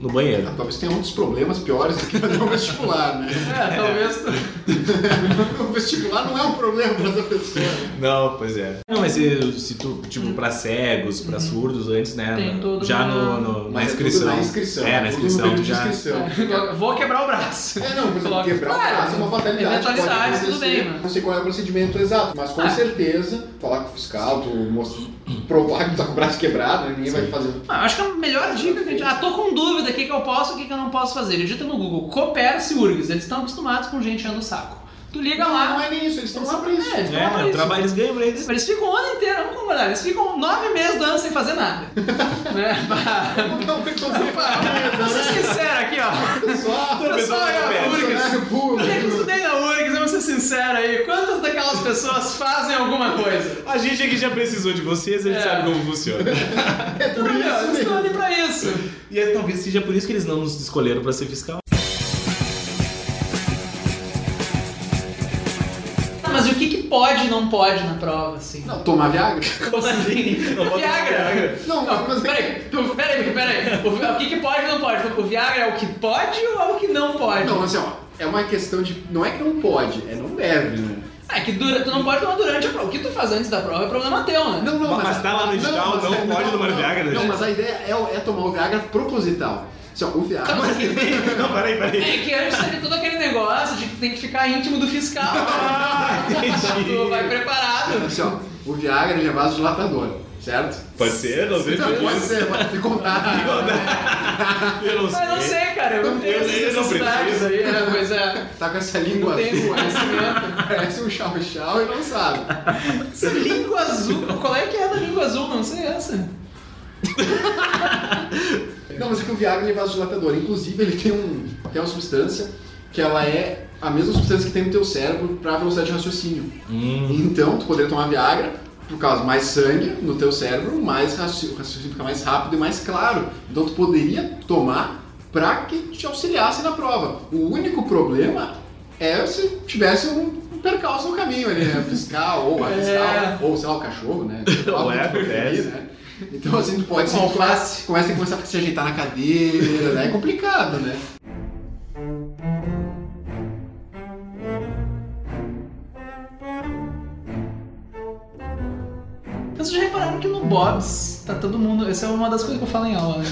[SPEAKER 2] no banheiro.
[SPEAKER 3] Talvez tenha um dos problemas piores do que fazer um vestibular, né?
[SPEAKER 1] É, talvez tu...
[SPEAKER 3] O vestibular não é um problema para essa pessoa.
[SPEAKER 2] Não, pois é. Não, mas se, se tu, tipo, pra cegos, pra surdos antes, né?
[SPEAKER 1] Uhum. Tem
[SPEAKER 2] na-
[SPEAKER 1] todo
[SPEAKER 2] já
[SPEAKER 1] uma-
[SPEAKER 2] no, no- na
[SPEAKER 3] Mas é tudo
[SPEAKER 2] inscrição.
[SPEAKER 3] na inscrição.
[SPEAKER 2] É, na
[SPEAKER 3] tudo no
[SPEAKER 2] inscrição
[SPEAKER 3] período
[SPEAKER 2] tu
[SPEAKER 3] de
[SPEAKER 2] já.
[SPEAKER 1] É,
[SPEAKER 3] inscrição.
[SPEAKER 1] Vou quebrar o braço.
[SPEAKER 3] É, não, por exemplo,
[SPEAKER 1] Coloca-
[SPEAKER 3] quebrar o
[SPEAKER 1] Claro,
[SPEAKER 3] braço é uma fatalidade.
[SPEAKER 1] eventualidade,
[SPEAKER 3] pode
[SPEAKER 1] tudo bem,
[SPEAKER 3] acontecer.
[SPEAKER 1] mano.
[SPEAKER 3] Não sei qual é o procedimento exato, mas com
[SPEAKER 1] Ah.
[SPEAKER 3] certeza, falar com o fiscal, tu mostrar, provar que tá com o braço quebrado, né? ninguém vai fazer.
[SPEAKER 1] Ah, acho que a melhor dica que a gente. Ah, tô com dúvida, o que, que eu posso e o que, que eu não posso fazer. Digita no Google Coperce URGS. Eles estão acostumados com gente andando o saco. Tu liga
[SPEAKER 3] Não,
[SPEAKER 1] lá.
[SPEAKER 3] não é nem isso, eles estão lá pra isso.
[SPEAKER 1] É, eles estão lá
[SPEAKER 2] É,
[SPEAKER 1] pra
[SPEAKER 2] o
[SPEAKER 1] isso.
[SPEAKER 2] trabalho eles ganham pra eles.
[SPEAKER 1] Eles ficam o ano inteiro, vamos concordar, eles ficam nove meses do ano sem fazer nada. né?
[SPEAKER 3] Não, não, Então, tem que fazer
[SPEAKER 1] Pra ser sincero aqui, ó.
[SPEAKER 3] né? Só
[SPEAKER 1] Pessoal, aí, ó, URGS.
[SPEAKER 3] funcionário público.
[SPEAKER 1] Eu estudei na URGS, vamos ser sinceros aí. Quantas daquelas pessoas fazem alguma coisa?
[SPEAKER 2] A gente aqui já precisou de vocês, a gente
[SPEAKER 1] É.
[SPEAKER 2] sabe como funciona.
[SPEAKER 3] É por
[SPEAKER 1] Não, meu,
[SPEAKER 3] isso
[SPEAKER 1] eles
[SPEAKER 3] mesmo.
[SPEAKER 1] estão ali pra isso.
[SPEAKER 2] e é, talvez seja por isso que eles não nos escolheram pra ser fiscal.
[SPEAKER 1] Ah, mas e o que, que pode e não pode na prova, assim?
[SPEAKER 3] Não, tomar Viagra?
[SPEAKER 1] Como assim?
[SPEAKER 2] Não pode
[SPEAKER 1] Viagra.
[SPEAKER 2] Viagra.
[SPEAKER 3] Não, mas
[SPEAKER 1] Peraí, tu- peraí, peraí. O, o que, que pode e não pode? O Viagra é o que pode ou é o que não pode?
[SPEAKER 3] Não, assim, ó, é uma questão de. Não é que não pode, é não deve, né?
[SPEAKER 1] É que dura, tu não pode tomar durante a prova. O que tu faz antes da prova é problema teu, né?
[SPEAKER 3] Não, não,
[SPEAKER 2] Mas tá lá no edital,
[SPEAKER 3] mas é,
[SPEAKER 2] não pode tomar Viagra, né?
[SPEAKER 3] Não,
[SPEAKER 2] gente.
[SPEAKER 3] mas a ideia é, é tomar o Viagra proposital. Assim, ó, o Viagra.
[SPEAKER 1] Então, assim,
[SPEAKER 2] Não, peraí, peraí.
[SPEAKER 1] É que antes teve todo aquele negócio de que tem que ficar íntimo do fiscal.
[SPEAKER 2] Ah, entendi.
[SPEAKER 1] tu vai preparado.
[SPEAKER 3] Assim, ó, o Viagra ele é vasodilatador, certo?
[SPEAKER 2] Pode ser, não sei. se
[SPEAKER 3] Não, pode ser, pode ter contato.
[SPEAKER 2] Eu não sei.
[SPEAKER 1] Mas não sei, cara, eu não tenho
[SPEAKER 2] Eu
[SPEAKER 1] essas
[SPEAKER 2] sei, eu não
[SPEAKER 1] necessidades
[SPEAKER 2] preciso.
[SPEAKER 1] aí, né? Pois é.
[SPEAKER 3] Tá com essa
[SPEAKER 1] Não
[SPEAKER 3] língua
[SPEAKER 1] tem esse
[SPEAKER 3] azul,
[SPEAKER 1] conhecimento.
[SPEAKER 3] parece um chau-chau e não sabe.
[SPEAKER 1] Essa língua azul, qual é que é da língua azul? Não sei essa.
[SPEAKER 3] Não, mas é que o Viagra ele é vasodilatador. Inclusive, ele tem, um, tem uma substância que ela é a mesma substância que tem no teu cérebro pra velocidade de raciocínio.
[SPEAKER 2] Hum,
[SPEAKER 3] Então, tu poderia tomar Viagra, por causa mais sangue no teu cérebro, mais raci- o raciocínio fica mais rápido e mais claro. Então, tu poderia tomar pra que te auxiliasse na prova. O único problema é se tivesse um um percalço no caminho ali, né? Fiscal, ou a fiscal,
[SPEAKER 1] É.
[SPEAKER 3] ou sei lá, o cachorro, né?
[SPEAKER 2] Ou é,
[SPEAKER 3] Algo que tu
[SPEAKER 2] acontece.
[SPEAKER 3] preferir, né? Então, assim, tu pode se
[SPEAKER 1] Com
[SPEAKER 3] começa,
[SPEAKER 1] classe.
[SPEAKER 3] começa a começar a se ajeitar na cadeira, né? É complicado, né?
[SPEAKER 1] Vocês já repararam que no Bob's tá todo mundo. Essa é uma das coisas que eu falo em aula, né?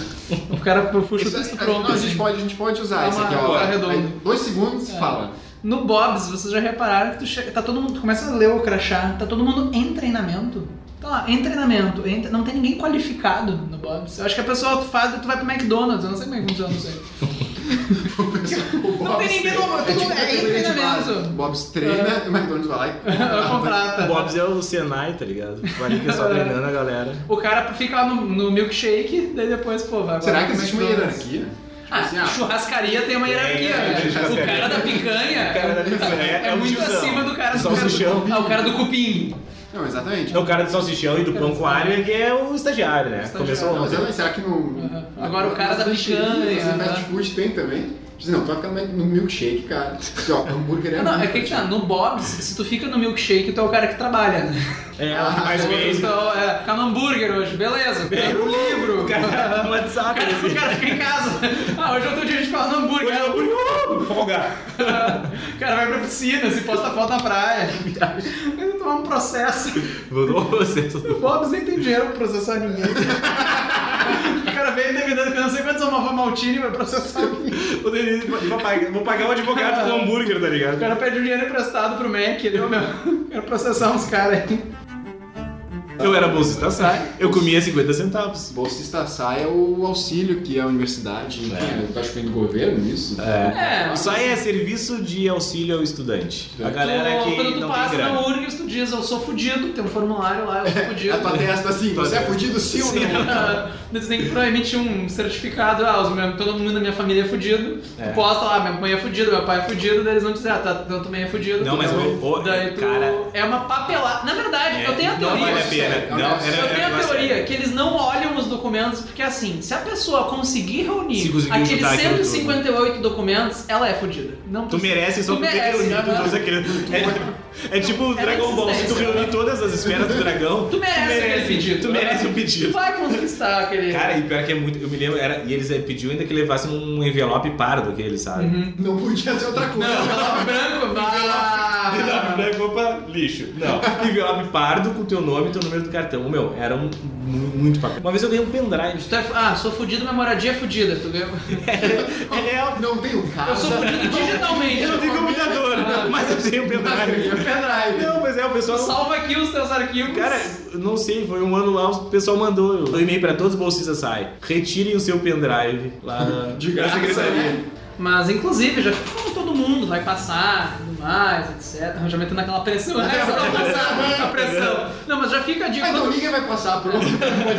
[SPEAKER 1] O cara puxa o
[SPEAKER 3] Isso-
[SPEAKER 1] texto
[SPEAKER 3] não,
[SPEAKER 1] pronto.
[SPEAKER 3] a, gente
[SPEAKER 1] assim.
[SPEAKER 3] pode, a gente pode usar
[SPEAKER 1] É
[SPEAKER 3] isso aqui,
[SPEAKER 1] uma-
[SPEAKER 3] ó.
[SPEAKER 1] uma redonda.
[SPEAKER 3] Aí, Dois segundos,
[SPEAKER 1] É.
[SPEAKER 3] fala.
[SPEAKER 1] No Bob's, vocês já repararam que tu chega, tá todo mundo, tu começa a ler o crachá, tá todo mundo em treinamento. Tá lá, em treinamento, em tre- não tem ninguém qualificado no Bob's. Eu acho que a pessoa tu faz, tu vai pro McDonald's, eu não sei como é que funciona isso aí. Não tem ninguém no-
[SPEAKER 3] É tipo
[SPEAKER 1] é
[SPEAKER 3] categoria de
[SPEAKER 1] treinamento.
[SPEAKER 3] base. Bob's treina, né? o McDonald's vai lá
[SPEAKER 1] Ela
[SPEAKER 3] e
[SPEAKER 2] o
[SPEAKER 1] contrata.
[SPEAKER 2] Bob's é o Senai, tá ligado? Vai ali que é só treinando a galera.
[SPEAKER 1] O cara fica lá no, no milkshake, daí depois, pô, vai.
[SPEAKER 3] Será
[SPEAKER 1] vai
[SPEAKER 3] que
[SPEAKER 1] pro
[SPEAKER 3] existe uma
[SPEAKER 1] McDonald's.
[SPEAKER 3] hierarquia?
[SPEAKER 1] Ah,
[SPEAKER 3] assim, ah,
[SPEAKER 1] churrascaria tem uma hierarquia.
[SPEAKER 2] é,
[SPEAKER 1] né?
[SPEAKER 2] é,
[SPEAKER 1] o
[SPEAKER 2] churrascaria.
[SPEAKER 1] cara da picanha é,
[SPEAKER 2] cara da picanha
[SPEAKER 1] é
[SPEAKER 2] é o
[SPEAKER 1] muito
[SPEAKER 2] tiozão.
[SPEAKER 1] acima do cara do,
[SPEAKER 2] Só o
[SPEAKER 1] cara do-
[SPEAKER 2] chão.
[SPEAKER 1] Ah, o cara do cupim.
[SPEAKER 3] Não, exatamente.
[SPEAKER 2] É o cara do salsichão e do pão com alho que é o estagiário, né? Começou
[SPEAKER 3] Não, mas
[SPEAKER 2] ontem.
[SPEAKER 3] ela- será que no.
[SPEAKER 1] Aham. Agora o cara da picanha,
[SPEAKER 3] No
[SPEAKER 1] aham.
[SPEAKER 3] fast food tem também? Diz, não, tu vai ficar no milkshake, cara. Assim, ó, hambúrguer é.
[SPEAKER 1] Não, não, é
[SPEAKER 3] muito
[SPEAKER 1] que que
[SPEAKER 3] forte.
[SPEAKER 1] tá, no Bob's, se tu fica no milkshake, tu é o cara que trabalha, né?
[SPEAKER 2] É, ela que mais
[SPEAKER 1] Ou
[SPEAKER 2] fez.
[SPEAKER 1] tu é, tá no hambúrguer hoje, beleza. Tá no livro.
[SPEAKER 2] O cara tá no
[SPEAKER 1] O
[SPEAKER 2] WhatsApp.
[SPEAKER 1] cara, o
[SPEAKER 2] assim.
[SPEAKER 1] cara fica em casa. Ah, hoje eu tô dia de falar no hambúrguer.
[SPEAKER 2] Olha, olha, folga.
[SPEAKER 1] O cara vai pra piscina, se posta foto na praia. Ele tomar um processo.
[SPEAKER 2] Mandou você.
[SPEAKER 1] O Bob's nem tem dinheiro pra processar ninguém. O cara veio endividando que eu não sei quantos uma Maltini vai processar alguém.
[SPEAKER 2] Vou ter- vou pagar- Vou pagar o advogado do hambúrguer, tá
[SPEAKER 1] O
[SPEAKER 2] ligado?
[SPEAKER 1] cara pede o dinheiro emprestado pro Mac, ele, ô meu, quero processar uns caras aí.
[SPEAKER 2] Eu era bolsista SAI, eu comia 50
[SPEAKER 1] tá-
[SPEAKER 2] centavos.
[SPEAKER 3] Bolsista SAI é o auxílio que a universidade
[SPEAKER 2] É.
[SPEAKER 3] está chupando do governo, isso?
[SPEAKER 1] É,
[SPEAKER 2] O SAI é serviço de auxílio ao estudante. A galera
[SPEAKER 1] tu,
[SPEAKER 2] que
[SPEAKER 1] quando tu
[SPEAKER 2] não tem
[SPEAKER 1] passa na
[SPEAKER 2] grana. É,
[SPEAKER 1] URGS, tu diz, eu sou fudido, tem um formulário lá, eu sou fudido.
[SPEAKER 3] A tua testa assim,
[SPEAKER 2] Tua
[SPEAKER 3] você é
[SPEAKER 2] testa.
[SPEAKER 3] fudido sim ou não?
[SPEAKER 1] Ah, Eles têm que emitir um certificado, ah, os meus- todo mundo da minha família é fudido.
[SPEAKER 2] É.
[SPEAKER 1] Tu posta lá, minha mãe é fudida, meu pai é fudido, daí eles vão dizer, ah, tá, então também é fudido.
[SPEAKER 2] Não, mas
[SPEAKER 1] Daí-
[SPEAKER 2] o- o-
[SPEAKER 1] daí tu-
[SPEAKER 2] cara- É,
[SPEAKER 1] É uma papelada. Na verdade, eu tenho a
[SPEAKER 2] Não
[SPEAKER 1] teoria.
[SPEAKER 2] vale a pena. Não, era,
[SPEAKER 1] Eu tenho
[SPEAKER 2] era
[SPEAKER 1] a
[SPEAKER 2] negócio-
[SPEAKER 1] teoria que eles não olham os documentos, porque assim, se a pessoa conseguir reunir
[SPEAKER 2] Se conseguir
[SPEAKER 1] aqueles
[SPEAKER 2] juntar aquilo
[SPEAKER 1] 158 documentos, ela é fudida. Não
[SPEAKER 2] assim, Tu
[SPEAKER 1] precisa-
[SPEAKER 2] merece só
[SPEAKER 1] Tu
[SPEAKER 2] porque um
[SPEAKER 1] merece,
[SPEAKER 2] reunir
[SPEAKER 1] aham.
[SPEAKER 2] todos aqueles. É, é tipo o
[SPEAKER 1] Era
[SPEAKER 2] Dragon Ball, se tu
[SPEAKER 1] existência.
[SPEAKER 2] reunir todas as esferas do dragão,
[SPEAKER 1] Tu merece aquele pedido.
[SPEAKER 2] Tu merece um
[SPEAKER 1] Tu
[SPEAKER 2] pedido.
[SPEAKER 1] vai conquistar aquele.
[SPEAKER 2] Cara, e pior que é muito. Eu me lembro, era, e eles eh, pediu ainda que levassem um envelope pardo aquele, sabe?
[SPEAKER 1] Uhum.
[SPEAKER 3] Não podia ser outra coisa.
[SPEAKER 1] Não, envelope branco, bah.
[SPEAKER 2] Envelope branco, opa, é lixo. Não. Envelope pardo com teu nome e teu número do cartão. O meu, era um, mu- muito papel. Uma vez eu ganhei um pendrive.
[SPEAKER 1] Tu é- ah, sou fudido, minha moradia é fudida. Tu ganhou.
[SPEAKER 2] É real.
[SPEAKER 3] Não veio casa.
[SPEAKER 1] Eu sou fudido digitalmente.
[SPEAKER 2] Eu não tenho computador, mas eu tenho um pendrive.
[SPEAKER 3] É pendrive.
[SPEAKER 2] Não, mas é, o pessoal.
[SPEAKER 1] Salva aqui os teus arquivos.
[SPEAKER 2] Cara, eu não sei, foi um ano lá, o pessoal mandou um e-mail pra todos os bolsistas SAI. Retirem o seu pendrive lá na,
[SPEAKER 3] De
[SPEAKER 2] na
[SPEAKER 3] graça. né?
[SPEAKER 2] secretaria.
[SPEAKER 1] Mas inclusive, já fica como todo mundo, vai passar, tudo mais, etc. Já metendo aquela pressão. né? Só pra passar, a pressão. Não, mas já fica a dica.
[SPEAKER 3] Mas
[SPEAKER 1] quando-
[SPEAKER 3] então ninguém vai passar pronto.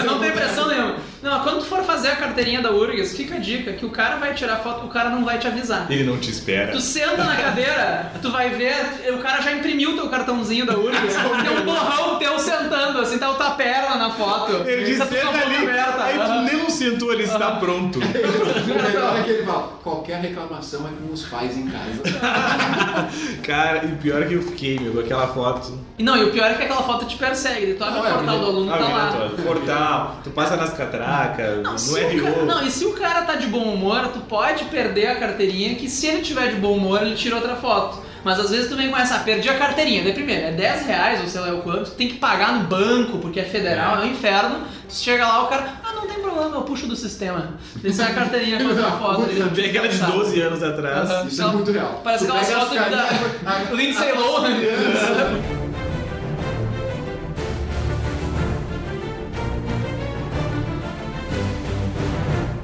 [SPEAKER 1] Não tem pressão nenhuma. Não, quando tu for fazer a carteirinha da URGS, fica a dica que o cara vai tirar foto, o cara não vai te avisar.
[SPEAKER 2] Ele não te espera.
[SPEAKER 1] Tu senta na cadeira, tu vai ver, o cara já imprimiu teu cartãozinho da URGS, tem um borrão teu sentando, assim, tá o tua perna na foto.
[SPEAKER 2] Ele disse,
[SPEAKER 1] tá tu com a
[SPEAKER 2] senta
[SPEAKER 1] boca
[SPEAKER 2] ali,
[SPEAKER 1] aberta.
[SPEAKER 2] aí
[SPEAKER 1] Aham.
[SPEAKER 2] tu nem não sentou, ele está pronto.
[SPEAKER 3] E o melhor é que ele fala, qualquer reclamação é com os pais em casa.
[SPEAKER 2] Cara, e pior que eu fiquei, meu, com aquela foto.
[SPEAKER 1] E Não, e o pior é que aquela foto te persegue. Tu abre
[SPEAKER 3] Não,
[SPEAKER 1] o
[SPEAKER 3] é,
[SPEAKER 1] portal do aluno,
[SPEAKER 2] Ah,
[SPEAKER 1] tá
[SPEAKER 2] menina,
[SPEAKER 1] lá.
[SPEAKER 2] tu- Portal, tu passa nas catracas,
[SPEAKER 1] Não, se
[SPEAKER 3] é
[SPEAKER 2] no
[SPEAKER 1] o cara-
[SPEAKER 2] RO.
[SPEAKER 1] não, e se o cara tá de bom humor, tu pode perder a carteirinha, que se ele tiver de bom humor, ele tira outra foto. Mas às vezes tu vem com essa, ah, perdi a carteirinha. Daí primeiro, é 10 reais, ou sei lá o quanto, tu tem que pagar no banco, porque é federal, é, um inferno. Tu chega lá, o cara, ah, não tem problema, eu puxo do sistema. Daí sai a carteirinha com outra foto. ele não
[SPEAKER 3] é
[SPEAKER 2] Tem aquela de
[SPEAKER 1] sabe.
[SPEAKER 2] 12 anos atrás.
[SPEAKER 1] Tá. Aham. Então,
[SPEAKER 3] Isso é muito real.
[SPEAKER 1] Parece
[SPEAKER 3] Tu
[SPEAKER 1] aquelas
[SPEAKER 3] pega as
[SPEAKER 1] fotos da
[SPEAKER 3] carinhas- É.
[SPEAKER 1] Lindsay Lohan.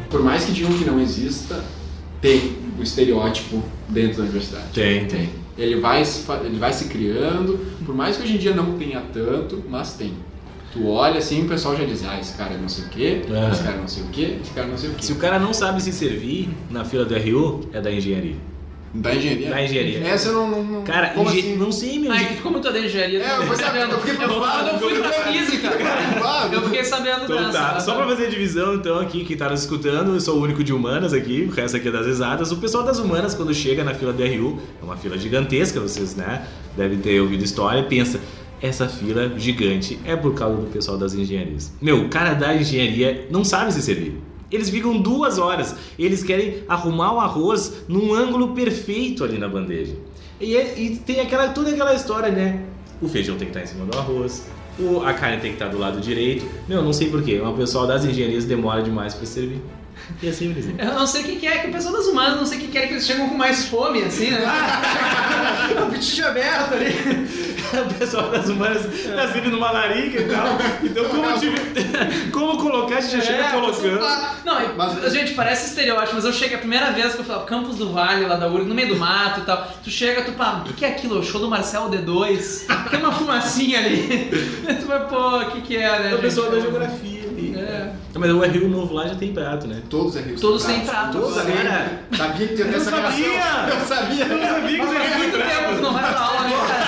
[SPEAKER 3] Por mais que digam que não exista, tem o estereótipo dentro da universidade.
[SPEAKER 2] Tem, tem.
[SPEAKER 3] Ele vai, se, fa- ele vai se criando, por mais que hoje em dia não tenha tanto, mas tem. Tu olha assim e o pessoal já diz, ah, esse cara não sei o quê,
[SPEAKER 2] É.
[SPEAKER 3] esse cara não sei o quê, esse cara é não sei o
[SPEAKER 2] Se
[SPEAKER 3] quê.
[SPEAKER 2] o cara não sabe se servir na fila do RU, é da engenharia.
[SPEAKER 3] Da engenharia.
[SPEAKER 2] Da engenharia.
[SPEAKER 3] Essa eu não... não, não-
[SPEAKER 2] Cara,
[SPEAKER 3] como
[SPEAKER 2] engen-
[SPEAKER 3] assim?
[SPEAKER 2] não sei, meu.
[SPEAKER 1] Ai, que ficou muito da engenharia.
[SPEAKER 3] É, eu
[SPEAKER 1] tô
[SPEAKER 3] vou saber, eu fiquei preocupado.
[SPEAKER 1] eu fui pra física.
[SPEAKER 3] preocupado.
[SPEAKER 1] Eu fiquei sabendo
[SPEAKER 2] Então
[SPEAKER 1] dessa.
[SPEAKER 2] tá, só pra fazer a divisão então aqui, quem tá nos escutando, eu sou o único de humanas aqui, o resto aqui é das exatas. O pessoal das humanas, quando chega na fila do RU, é uma fila gigantesca, vocês né, devem ter ouvido história, pensa, essa fila gigante é por causa do pessoal das engenharias. Meu, o cara da engenharia não sabe se servir. Eles ficam duas horas, eles querem arrumar o arroz num ângulo perfeito ali na bandeja. E, é- e tem aquela, toda aquela história, né? O feijão tem que estar em cima do arroz, o, a carne tem que estar do lado direito. Meu, não sei porquê, mas o pessoal das engenharias demora demais pra servir. E assim eles vão.
[SPEAKER 1] Eu não sei o que, que é, que o pessoal das humanas não sei o que, que é que eles chegam com mais fome, assim, né? o apetite aberto ali.
[SPEAKER 2] O pessoal das humanas nascido numa larica e tal. Então, como, tive- como colocar, a gente já chega
[SPEAKER 1] É,
[SPEAKER 2] colocando.
[SPEAKER 1] tá- Não, e-
[SPEAKER 3] Mas-
[SPEAKER 1] gente, parece estereótipo, mas eu cheguei a primeira vez que eu falava Campos do Vale, lá da URG, no meio do mato e tal. Tu chega, tu pá, o que, que é aquilo? O show do Marcel D2? Tem uma fumacinha ali. tu vai, pô, o que, que é, né?
[SPEAKER 2] É o pessoal
[SPEAKER 1] gente?
[SPEAKER 2] da geografia ali.
[SPEAKER 1] É.
[SPEAKER 2] Mas o Rio Novo lá já tem prato, né?
[SPEAKER 3] Todos é rios.
[SPEAKER 1] Todos têm prato.
[SPEAKER 3] Todos
[SPEAKER 2] Todos,
[SPEAKER 3] têm.
[SPEAKER 2] cara.
[SPEAKER 3] Sabia que tinha
[SPEAKER 2] Eu
[SPEAKER 3] essa
[SPEAKER 2] sabia!
[SPEAKER 3] relação. Eu sabia.
[SPEAKER 2] Eu sabia que o Zé
[SPEAKER 1] Faz
[SPEAKER 2] Rio
[SPEAKER 1] muito
[SPEAKER 2] tem
[SPEAKER 1] tempo que
[SPEAKER 2] prato.
[SPEAKER 1] não vai pra aula, né, cara?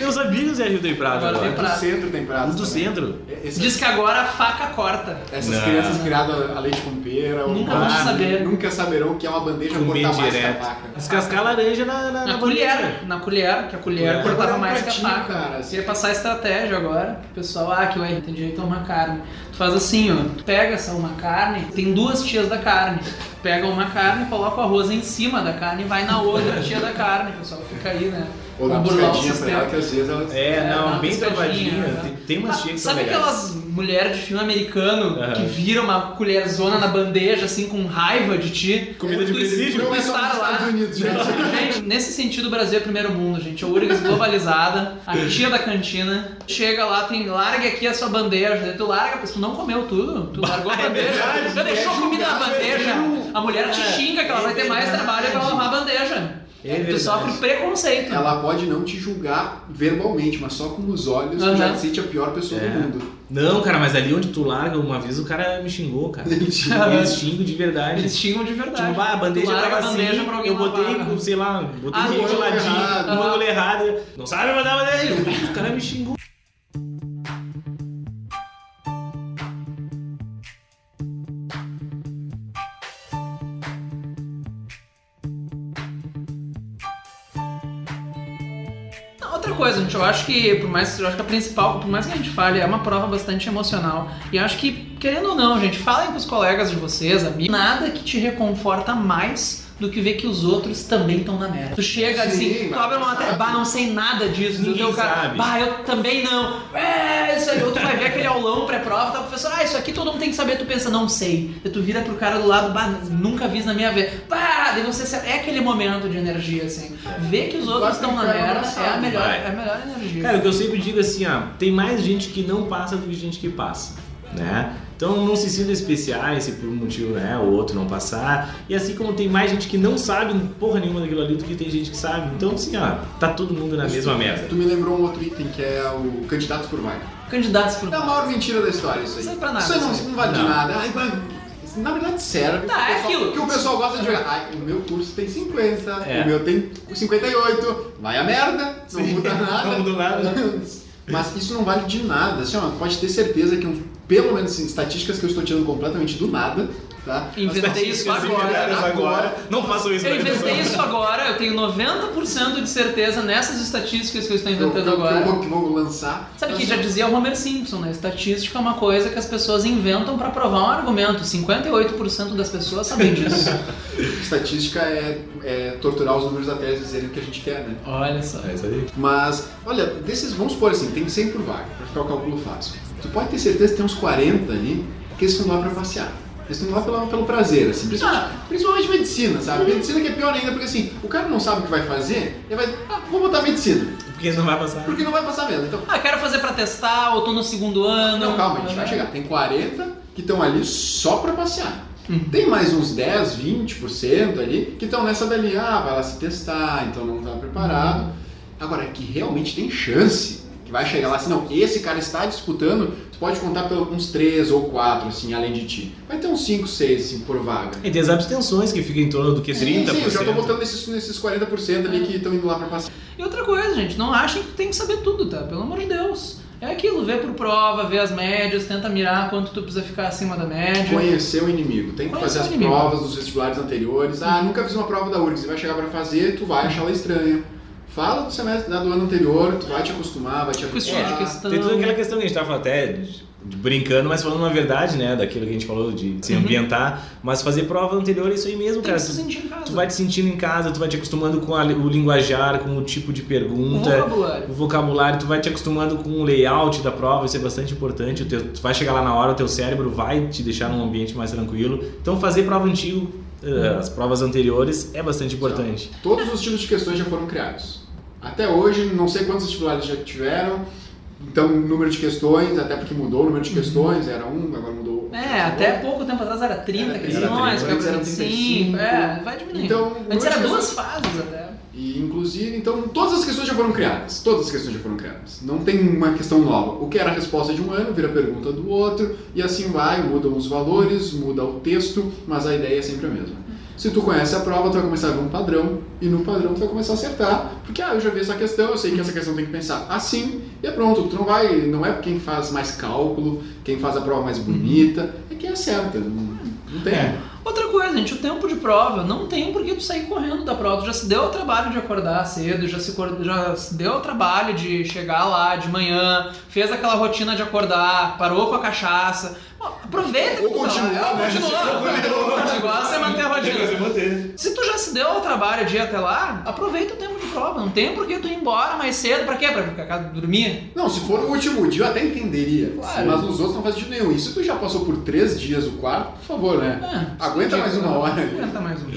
[SPEAKER 2] Eu sabia que o Zé Rio tem prato
[SPEAKER 1] Agora tem
[SPEAKER 2] agora.
[SPEAKER 1] prato.
[SPEAKER 3] Do centro tem prato.
[SPEAKER 2] Os do
[SPEAKER 3] também.
[SPEAKER 2] centro.
[SPEAKER 3] Esse-
[SPEAKER 1] Diz que agora a faca corta.
[SPEAKER 3] Essas
[SPEAKER 2] Não.
[SPEAKER 3] crianças criadas a leite com pera, ou
[SPEAKER 1] Nunca
[SPEAKER 2] vão
[SPEAKER 3] barro,
[SPEAKER 1] saber. Assim,
[SPEAKER 3] nunca saberão que é uma bandeja
[SPEAKER 2] Comer
[SPEAKER 3] cortar mais que a
[SPEAKER 2] direto.
[SPEAKER 3] vaca.
[SPEAKER 2] Descascar laranja na, na,
[SPEAKER 1] Na
[SPEAKER 2] na
[SPEAKER 1] colher,
[SPEAKER 2] bandeja.
[SPEAKER 1] na colher, que a colher
[SPEAKER 2] Colher.
[SPEAKER 1] cortava
[SPEAKER 3] Agora é um
[SPEAKER 1] mais que a
[SPEAKER 3] pratinho,
[SPEAKER 1] faca.
[SPEAKER 3] cara.
[SPEAKER 1] Você ia passar a estratégia agora. O pessoal, ah, que o R tem direito a uma carne. Tu faz assim, ó. Tu pega essa uma carne, tem duas tias da carne. Pega uma carne, coloca o arroz em cima da carne e vai na outra tia da carne. O pessoal fica aí, né?
[SPEAKER 3] Ou dá uma
[SPEAKER 1] Vamos burlar o
[SPEAKER 3] piscadinha pra
[SPEAKER 1] sistema.
[SPEAKER 3] ela, que às vezes ela.
[SPEAKER 2] É,
[SPEAKER 1] dá
[SPEAKER 2] não,
[SPEAKER 1] uma
[SPEAKER 2] bem
[SPEAKER 1] piscadinha,
[SPEAKER 2] travadinha.
[SPEAKER 1] né?
[SPEAKER 2] Tem, tem umas chicas
[SPEAKER 1] Sabe aquelas mulheres de filme americano
[SPEAKER 2] Aham.
[SPEAKER 1] que viram uma colherzona na bandeja, assim, com raiva de ti?
[SPEAKER 2] Comida de
[SPEAKER 1] Tu-
[SPEAKER 2] presídio.
[SPEAKER 1] tu
[SPEAKER 3] Não é só nos
[SPEAKER 1] estar lá.
[SPEAKER 3] Estados Unidos, gente.
[SPEAKER 1] Gente, nesse sentido, o Brasil é primeiro mundo, gente. A URGS globalizada, a tia da cantina. Chega lá, tem larga aqui a sua bandeja. Daí Tu larga, porque tu não comeu tudo. Tu largou a
[SPEAKER 2] é
[SPEAKER 1] bandeja.
[SPEAKER 3] verdade,
[SPEAKER 1] tu deixou
[SPEAKER 3] é
[SPEAKER 1] comida na
[SPEAKER 3] julgável,
[SPEAKER 1] bandeja. A mulher te xinga que ela
[SPEAKER 2] é
[SPEAKER 1] vai ter mais
[SPEAKER 2] verdade.
[SPEAKER 1] trabalho pra lavar a bandeja.
[SPEAKER 2] É
[SPEAKER 1] tu
[SPEAKER 2] verdade.
[SPEAKER 1] sofre preconceito.
[SPEAKER 3] Ela pode não te julgar verbalmente, mas só com os olhos
[SPEAKER 1] Aham.
[SPEAKER 3] tu já te sente a pior pessoa
[SPEAKER 2] É.
[SPEAKER 3] do mundo.
[SPEAKER 2] Não, cara, mas ali onde tu larga, uma vez o cara me xingou, cara. Ele xingou, eles xingam de verdade.
[SPEAKER 1] Eles xingam de verdade.
[SPEAKER 2] Tipo, ah, a bandeja
[SPEAKER 1] Tu larga
[SPEAKER 2] tava
[SPEAKER 1] a bandeja
[SPEAKER 2] assim,
[SPEAKER 1] pra alguém
[SPEAKER 2] eu botei,
[SPEAKER 1] lavar.
[SPEAKER 2] com, um sei lá, botei
[SPEAKER 1] Ah,
[SPEAKER 2] de
[SPEAKER 1] no ângulo
[SPEAKER 2] ladinho,
[SPEAKER 3] errado.
[SPEAKER 2] no ângulo errado. Não sabe mandar bandeja. O cara me xingou.
[SPEAKER 1] Outra coisa, gente, eu acho que, por mais, eu acho que a principal, por mais que a gente fale, é uma prova bastante emocional. E eu acho que, querendo ou não, gente, falem com os colegas de vocês, amigos. Nada que te reconforta mais do que ver que os outros também estão na merda. Tu chega
[SPEAKER 3] Sim,
[SPEAKER 1] assim, tu
[SPEAKER 3] mas
[SPEAKER 1] abre uma matéria,
[SPEAKER 3] sabe.
[SPEAKER 1] bah, não sei nada disso.
[SPEAKER 2] Ninguém
[SPEAKER 1] Ninguém o cara,
[SPEAKER 2] sabe.
[SPEAKER 1] bah, eu também não. É, isso aí. Ou tu vai ver aquele aulão pré-prova, tá, professor, ah, isso aqui todo mundo tem que saber. Tu pensa, não sei. Daí tu vira pro cara do lado, bah, nunca vi isso na minha vida. Bah, daí você, se- é aquele momento de energia, assim. Ver que os outros
[SPEAKER 3] Vai
[SPEAKER 1] estão na
[SPEAKER 3] ficar
[SPEAKER 1] merda é a
[SPEAKER 3] engraçado,
[SPEAKER 1] melhor,
[SPEAKER 2] vai.
[SPEAKER 1] é a melhor energia.
[SPEAKER 2] Cara, o que eu sempre digo assim, ó, tem mais gente que não passa do que gente que passa, né? Então não se sinta especiais se por um motivo, né, o outro não passar. E assim como tem mais gente que não sabe porra nenhuma daquilo ali do que tem gente que sabe. Então assim, ó, tá todo mundo na mesma merda.
[SPEAKER 3] Tu me lembrou um outro item que é o candidato por vaga.
[SPEAKER 1] Candidatos pro.
[SPEAKER 3] É a maior mentira da história isso aí.
[SPEAKER 1] Serve pra nada,
[SPEAKER 3] Isso aí não,
[SPEAKER 1] isso aí.
[SPEAKER 3] não vale de
[SPEAKER 2] Não.
[SPEAKER 3] nada. Ai, mas, na verdade serve.
[SPEAKER 1] Tá,
[SPEAKER 3] porque
[SPEAKER 1] é
[SPEAKER 3] o pessoal-
[SPEAKER 1] aquilo.
[SPEAKER 3] Porque o pessoal gosta de jogar. Ai, o meu curso tem 50,
[SPEAKER 2] É.
[SPEAKER 3] o meu tem 58. Vai a merda, não
[SPEAKER 2] Sim,
[SPEAKER 3] muda
[SPEAKER 2] Não
[SPEAKER 3] nada.
[SPEAKER 2] mudou nada.
[SPEAKER 3] Mas isso não vale de nada. Assim, ó, pode ter certeza que, um- pelo menos assim, estatísticas que eu estou tirando completamente do nada, tá?
[SPEAKER 1] Inventei isso
[SPEAKER 2] Inventadas
[SPEAKER 1] agora.
[SPEAKER 2] agora. Não façam isso.
[SPEAKER 1] Eu
[SPEAKER 2] né,
[SPEAKER 1] inventei
[SPEAKER 2] pessoal?
[SPEAKER 1] isso agora, eu tenho 90% de certeza nessas estatísticas que eu estou
[SPEAKER 3] Que eu, que, eu,
[SPEAKER 1] inventando
[SPEAKER 3] que eu
[SPEAKER 1] agora.
[SPEAKER 3] vou, que eu vou lançar. Então, assim,
[SPEAKER 1] Sabe que
[SPEAKER 3] Mas,
[SPEAKER 1] já dizia o Homer Simpson, né? Estatística é uma coisa que as pessoas inventam pra provar um argumento. 58% das pessoas sabem disso.
[SPEAKER 3] Estatística é, é torturar os números até eles dizerem o que a gente quer, né?
[SPEAKER 1] Olha só.
[SPEAKER 2] É isso aí.
[SPEAKER 3] Mas, olha, desses, vamos supor assim, tem 100 por vaga, pra ficar o cálculo fácil. Tu pode ter certeza que tem uns 40 ali que eles estão lá pra passear. Eles estão lá pelo, pelo prazer, assim, principalmente, principalmente medicina, sabe? Medicina que é pior ainda, porque assim, o cara não sabe o que vai fazer, ele vai, ah, vou botar medicina,
[SPEAKER 2] Porque não vai passar.
[SPEAKER 3] porque não vai passar mesmo. Então,
[SPEAKER 1] Ah, quero fazer pra testar, ou tô no segundo ano.
[SPEAKER 3] não, calma, a gente vai chegar. Tem 40 que estão ali só pra passear.
[SPEAKER 1] Uhum.
[SPEAKER 3] Tem mais uns 10, 20% ali que estão nessa dali, ah, vai lá se testar, então não tá preparado. Agora, é que realmente tem chance, que vai chegar lá assim, não, esse cara está disputando, tu pode contar por uns 3 ou 4, assim, além de ti. Vai ter uns 5, 6, assim, por vaga.
[SPEAKER 2] E tem as abstenções que ficam em torno do que 30%.
[SPEAKER 3] Sim, sim, eu já tô botando nesses, nesses 40% ali que estão indo lá pra passear.
[SPEAKER 1] E outra coisa, gente, não achem que tem que saber tudo, tá? Pelo amor de Deus. É aquilo, vê por prova, vê as médias, tenta mirar quanto tu precisa ficar acima da média.
[SPEAKER 3] Conhecer o inimigo, tem que
[SPEAKER 1] Conhecer
[SPEAKER 3] fazer
[SPEAKER 1] o
[SPEAKER 3] as
[SPEAKER 1] inimigo. Uhum.
[SPEAKER 3] provas dos vestibulares anteriores. Ah, nunca fiz uma prova da URGS, vai chegar pra fazer, tu vai achar ela estranha. Fala do semestre da do ano anterior, tu vai te acostumar, vai te
[SPEAKER 1] Questões de
[SPEAKER 3] acostumar.
[SPEAKER 1] questão.
[SPEAKER 2] É, Tem toda aquela questão que a gente tava até de- brincando, mas falando uma verdade, né? Daquilo que a gente falou de se ambientar. Mas fazer prova anterior é isso aí mesmo,
[SPEAKER 1] Tem
[SPEAKER 2] cara.
[SPEAKER 1] que se
[SPEAKER 2] Tu,
[SPEAKER 1] sentir em casa. né?
[SPEAKER 2] tu vai te sentindo em casa, tu vai te acostumando com a- o linguajar, com o tipo de
[SPEAKER 1] O
[SPEAKER 2] pergunta.
[SPEAKER 1] Um vocabulário.
[SPEAKER 2] O vocabulário, tu vai te acostumando com o layout da prova, isso é bastante importante. O teu- tu vai chegar lá na hora, o teu cérebro vai te deixar num ambiente mais tranquilo. Então, fazer prova antigo, eh, as provas anteriores, é bastante importante.
[SPEAKER 3] Todos os tipos de questões já foram criados. Até hoje, não sei quantos vestibulares já tiveram. Então, o número de questões, até porque mudou o número de questões, era um, agora mudou.
[SPEAKER 1] Uhum. É, até pouco tempo atrás era 30
[SPEAKER 3] Era 30,
[SPEAKER 1] questões,
[SPEAKER 3] antes
[SPEAKER 1] agora
[SPEAKER 3] era
[SPEAKER 1] 35. assim,
[SPEAKER 3] 35.
[SPEAKER 1] É, vai diminuindo.
[SPEAKER 3] Então,
[SPEAKER 1] Antes era
[SPEAKER 3] muitas
[SPEAKER 1] duas fases até.
[SPEAKER 3] E, inclusive, então, todas as questões já foram criadas. Todas as questões já foram criadas. Não tem uma questão nova. O que era a resposta de um ano vira pergunta do outro, e assim vai, mudam os valores, muda o texto, mas a ideia é sempre a mesma. Se tu conhece a prova, tu vai começar a ver um padrão, e no padrão tu vai começar a acertar, porque, ah, eu já vi essa questão, eu sei que essa questão tem que pensar assim, e é pronto. Tu não vai, não é quem faz mais cálculo, quem faz a prova mais bonita, é quem acerta. Não, não tem.
[SPEAKER 2] É.
[SPEAKER 1] Outra coisa, gente, o tempo de prova não tem por que tu sair correndo da prova. Tu já se deu o trabalho de acordar cedo, já se, cor- já se deu o trabalho de chegar lá de manhã, fez aquela rotina de acordar, parou com a cachaça. Ó, aproveita que
[SPEAKER 3] Ou
[SPEAKER 1] tu tá lá.
[SPEAKER 3] continuar, né?
[SPEAKER 1] Continuar. O que tu gosta é manter a
[SPEAKER 2] Você
[SPEAKER 1] rodinha.
[SPEAKER 2] manter.
[SPEAKER 1] Se tu já se deu ao trabalho de ir até lá, aproveita o tempo de prova. Não tem por que tu ir embora mais cedo. Pra quê? Pra ficar cá dormir?
[SPEAKER 3] Não, se for o último dia, eu até entenderia.
[SPEAKER 1] Claro.
[SPEAKER 3] Mas nos outros não faz sentido nenhum. E se tu já passou por três dias o quarto, por favor, né?
[SPEAKER 1] É.
[SPEAKER 3] Aguenta mais uma hora.
[SPEAKER 1] Aguenta mais uma.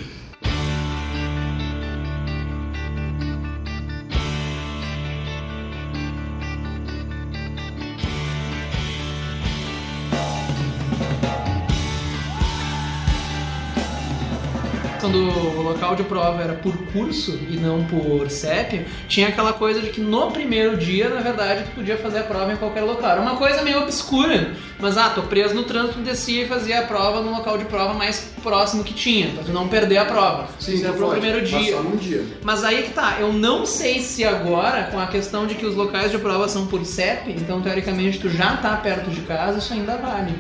[SPEAKER 1] questão do local de prova era por curso e não por CEP, tinha aquela coisa de que no primeiro dia, na verdade, tu podia fazer a prova em qualquer local. Era uma coisa meio obscura, mas ah, tô preso no trânsito, descia e fazia a prova no local de prova mais próximo que tinha, pra tu não perder a prova. Isso era é pro
[SPEAKER 3] pode,
[SPEAKER 1] primeiro
[SPEAKER 3] mas
[SPEAKER 1] dia.
[SPEAKER 3] Só num dia.
[SPEAKER 1] Mas aí que tá, eu não sei se agora, com a questão de que os locais de prova são por CEP, então teoricamente tu já tá perto de casa, isso ainda vale.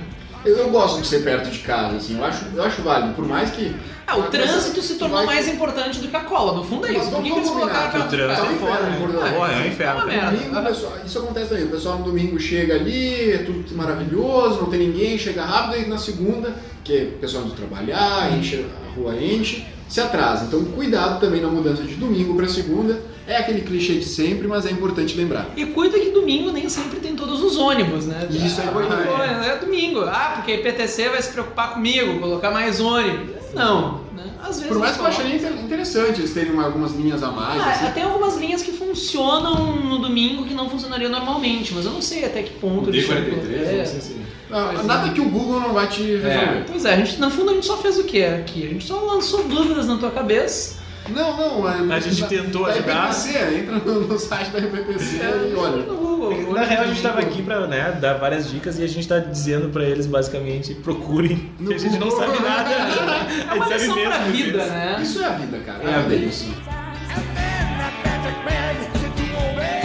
[SPEAKER 3] Eu, eu gosto de ser perto de casa, assim. Eu acho, eu acho válido. Por mais que.
[SPEAKER 1] Ah, o
[SPEAKER 3] Mas
[SPEAKER 1] trânsito se tornou
[SPEAKER 3] vai-
[SPEAKER 1] mais importante do que a cola, no fundo é
[SPEAKER 3] Mas
[SPEAKER 1] isso. Por
[SPEAKER 3] vamos
[SPEAKER 1] que, que eles
[SPEAKER 3] combinar
[SPEAKER 1] colocaram
[SPEAKER 3] que
[SPEAKER 1] aquela
[SPEAKER 2] O trânsito é
[SPEAKER 3] Tá um
[SPEAKER 2] foda, né?
[SPEAKER 3] inferno, Tá
[SPEAKER 2] Pô, é um inferno.
[SPEAKER 1] Uma merda.
[SPEAKER 3] Domingo, o pessoal- isso acontece também. O pessoal no domingo chega ali, é tudo maravilhoso, não tem ninguém, chega rápido, e na segunda, que é o pessoal indo trabalhar, enche, a rua enche, se atrasa. Então, cuidado também na mudança de domingo para segunda. É aquele clichê de sempre, mas é importante lembrar.
[SPEAKER 1] E cuida que domingo nem sempre tem todos os ônibus, né?
[SPEAKER 3] Isso é
[SPEAKER 1] Ah,
[SPEAKER 3] importante.
[SPEAKER 1] pô, É, domingo. Ah, porque a IPTC vai se preocupar comigo, colocar mais ônibus. Não. né? Às vezes.
[SPEAKER 3] Por mais que eu
[SPEAKER 1] eles
[SPEAKER 3] acharia inter- interessante eles terem uma- algumas linhas a mais.
[SPEAKER 1] Ah,
[SPEAKER 3] assim.
[SPEAKER 1] tem algumas linhas que funcionam no domingo que não funcionaria normalmente, mas eu não sei até que ponto. eles chegam.
[SPEAKER 2] D43,
[SPEAKER 1] É.
[SPEAKER 2] não sei se.
[SPEAKER 3] Ah, Nada que o Google não vai te resolver.
[SPEAKER 1] Pois é, a gente, no fundo a gente só fez o que aqui? A gente só lançou dúvidas na tua cabeça.
[SPEAKER 3] Não, não. É,
[SPEAKER 2] A gente tentou
[SPEAKER 3] da
[SPEAKER 2] ajudar.
[SPEAKER 3] IPTC, entra no, no site da IPTC
[SPEAKER 1] É.
[SPEAKER 3] e olha.
[SPEAKER 1] No Google.
[SPEAKER 2] Então, Na real, a gente tava aqui pra né, dar várias dicas e a gente tá dizendo pra eles, basicamente, procurem,
[SPEAKER 3] No
[SPEAKER 2] que a gente não
[SPEAKER 3] Google.
[SPEAKER 2] sabe nada.
[SPEAKER 1] É uma
[SPEAKER 2] A gente sabe
[SPEAKER 1] lição pra
[SPEAKER 2] mesmo.
[SPEAKER 1] vida, né?
[SPEAKER 3] Isso é a vida, cara.
[SPEAKER 2] É a vida.
[SPEAKER 3] isso.
[SPEAKER 4] And then that magic man said to obey.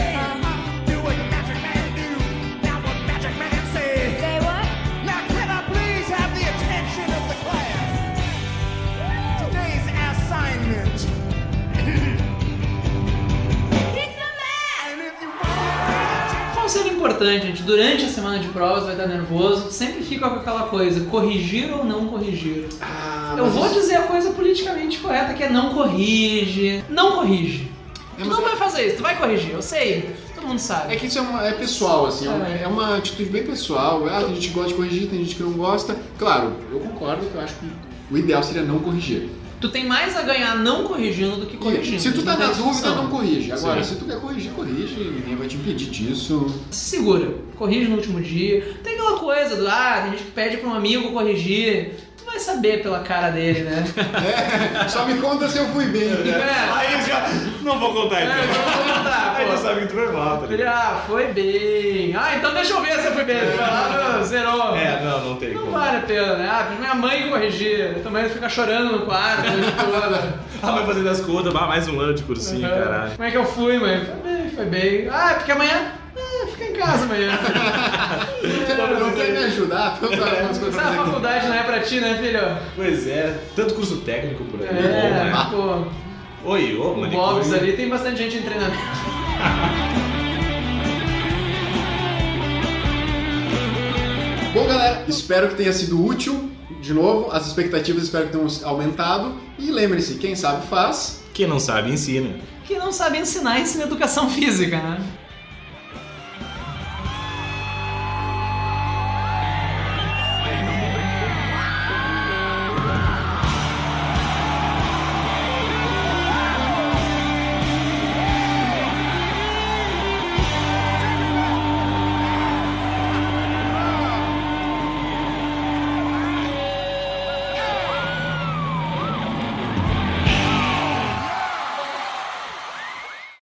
[SPEAKER 4] Do what magic man do. Now what magic man says.
[SPEAKER 6] Say what?
[SPEAKER 4] Now can I please have the attention of the class? Today's assignment.
[SPEAKER 6] It's a man!
[SPEAKER 4] And if you want
[SPEAKER 1] é um Conselho importante, gente. Durante a semana de provas vai dar nervoso, sempre fica com aquela coisa, corrigir ou não corrigir.
[SPEAKER 3] Ah,
[SPEAKER 1] Eu
[SPEAKER 3] mas
[SPEAKER 1] vou
[SPEAKER 3] isso-
[SPEAKER 1] dizer a coisa politicamente correta que é não corrige. Não corrige.
[SPEAKER 3] É,
[SPEAKER 1] Tu
[SPEAKER 3] mas
[SPEAKER 1] não
[SPEAKER 3] é-
[SPEAKER 1] vai fazer isso, tu vai corrigir, eu sei. Todo mundo sabe.
[SPEAKER 3] É que isso é, uma- é pessoal, assim, é uma,
[SPEAKER 1] É.
[SPEAKER 3] é uma atitude bem pessoal. Ah, tem gente que gosta de corrigir, tem gente que não gosta. Claro, eu concordo que eu acho que o ideal seria não corrigir.
[SPEAKER 1] Tu tem mais a ganhar não corrigindo do que corrigindo.
[SPEAKER 3] Se tu tá
[SPEAKER 1] Não
[SPEAKER 3] na
[SPEAKER 1] tem
[SPEAKER 3] dúvida,
[SPEAKER 1] discussão.
[SPEAKER 3] não corrige. Agora,
[SPEAKER 2] Sim.
[SPEAKER 3] se tu quer corrigir, corrige. Ninguém vai te impedir disso.
[SPEAKER 1] Se segura, corrige no último dia. Tem aquela coisa do, ah, tem gente que pede pra um amigo corrigir. Tu vai saber pela cara dele, né?
[SPEAKER 3] É, só me conta se eu fui bem.
[SPEAKER 1] é.
[SPEAKER 2] Aí eu já. Não vou contar
[SPEAKER 1] É, eu
[SPEAKER 2] então.
[SPEAKER 1] vou contar,
[SPEAKER 2] Aí
[SPEAKER 1] pô.
[SPEAKER 2] já sabe que tu vai mal, tá
[SPEAKER 1] Ele,
[SPEAKER 2] ligado?
[SPEAKER 1] ah, foi bem. Ah, então deixa eu ver se eu fui bem. Ah, zerou.
[SPEAKER 2] É, não, não tem
[SPEAKER 1] Não
[SPEAKER 2] como.
[SPEAKER 1] vale a pena, né? Ah, minha mãe corrigir. Eu também ficar chorando no quarto. tipo,
[SPEAKER 2] Ah, vai fazer das contas, ah, mais um ano de cursinho, caralho.
[SPEAKER 1] Como é que eu fui, mãe? Foi bem, foi bem. Ah, porque amanhã. Ah, fica em casa amanhã.
[SPEAKER 3] Não quer me ajudar? Então, tá, vamos
[SPEAKER 1] Sabe, a
[SPEAKER 3] continuar.
[SPEAKER 1] faculdade não é pra ti, né, filho?
[SPEAKER 2] Pois é, tanto curso técnico por aí.
[SPEAKER 1] É,
[SPEAKER 2] bom, né?
[SPEAKER 1] pô.
[SPEAKER 2] Oi, ô,
[SPEAKER 1] O
[SPEAKER 2] manicure.
[SPEAKER 1] Bob's ali tem bastante gente em treinamento.
[SPEAKER 3] Bom, galera, espero que tenha sido útil. De novo, as expectativas espero que tenham aumentado. E lembre-se, quem sabe faz.
[SPEAKER 2] Quem não sabe, ensina.
[SPEAKER 1] Que não sabe ensinar, ensina educação física, né?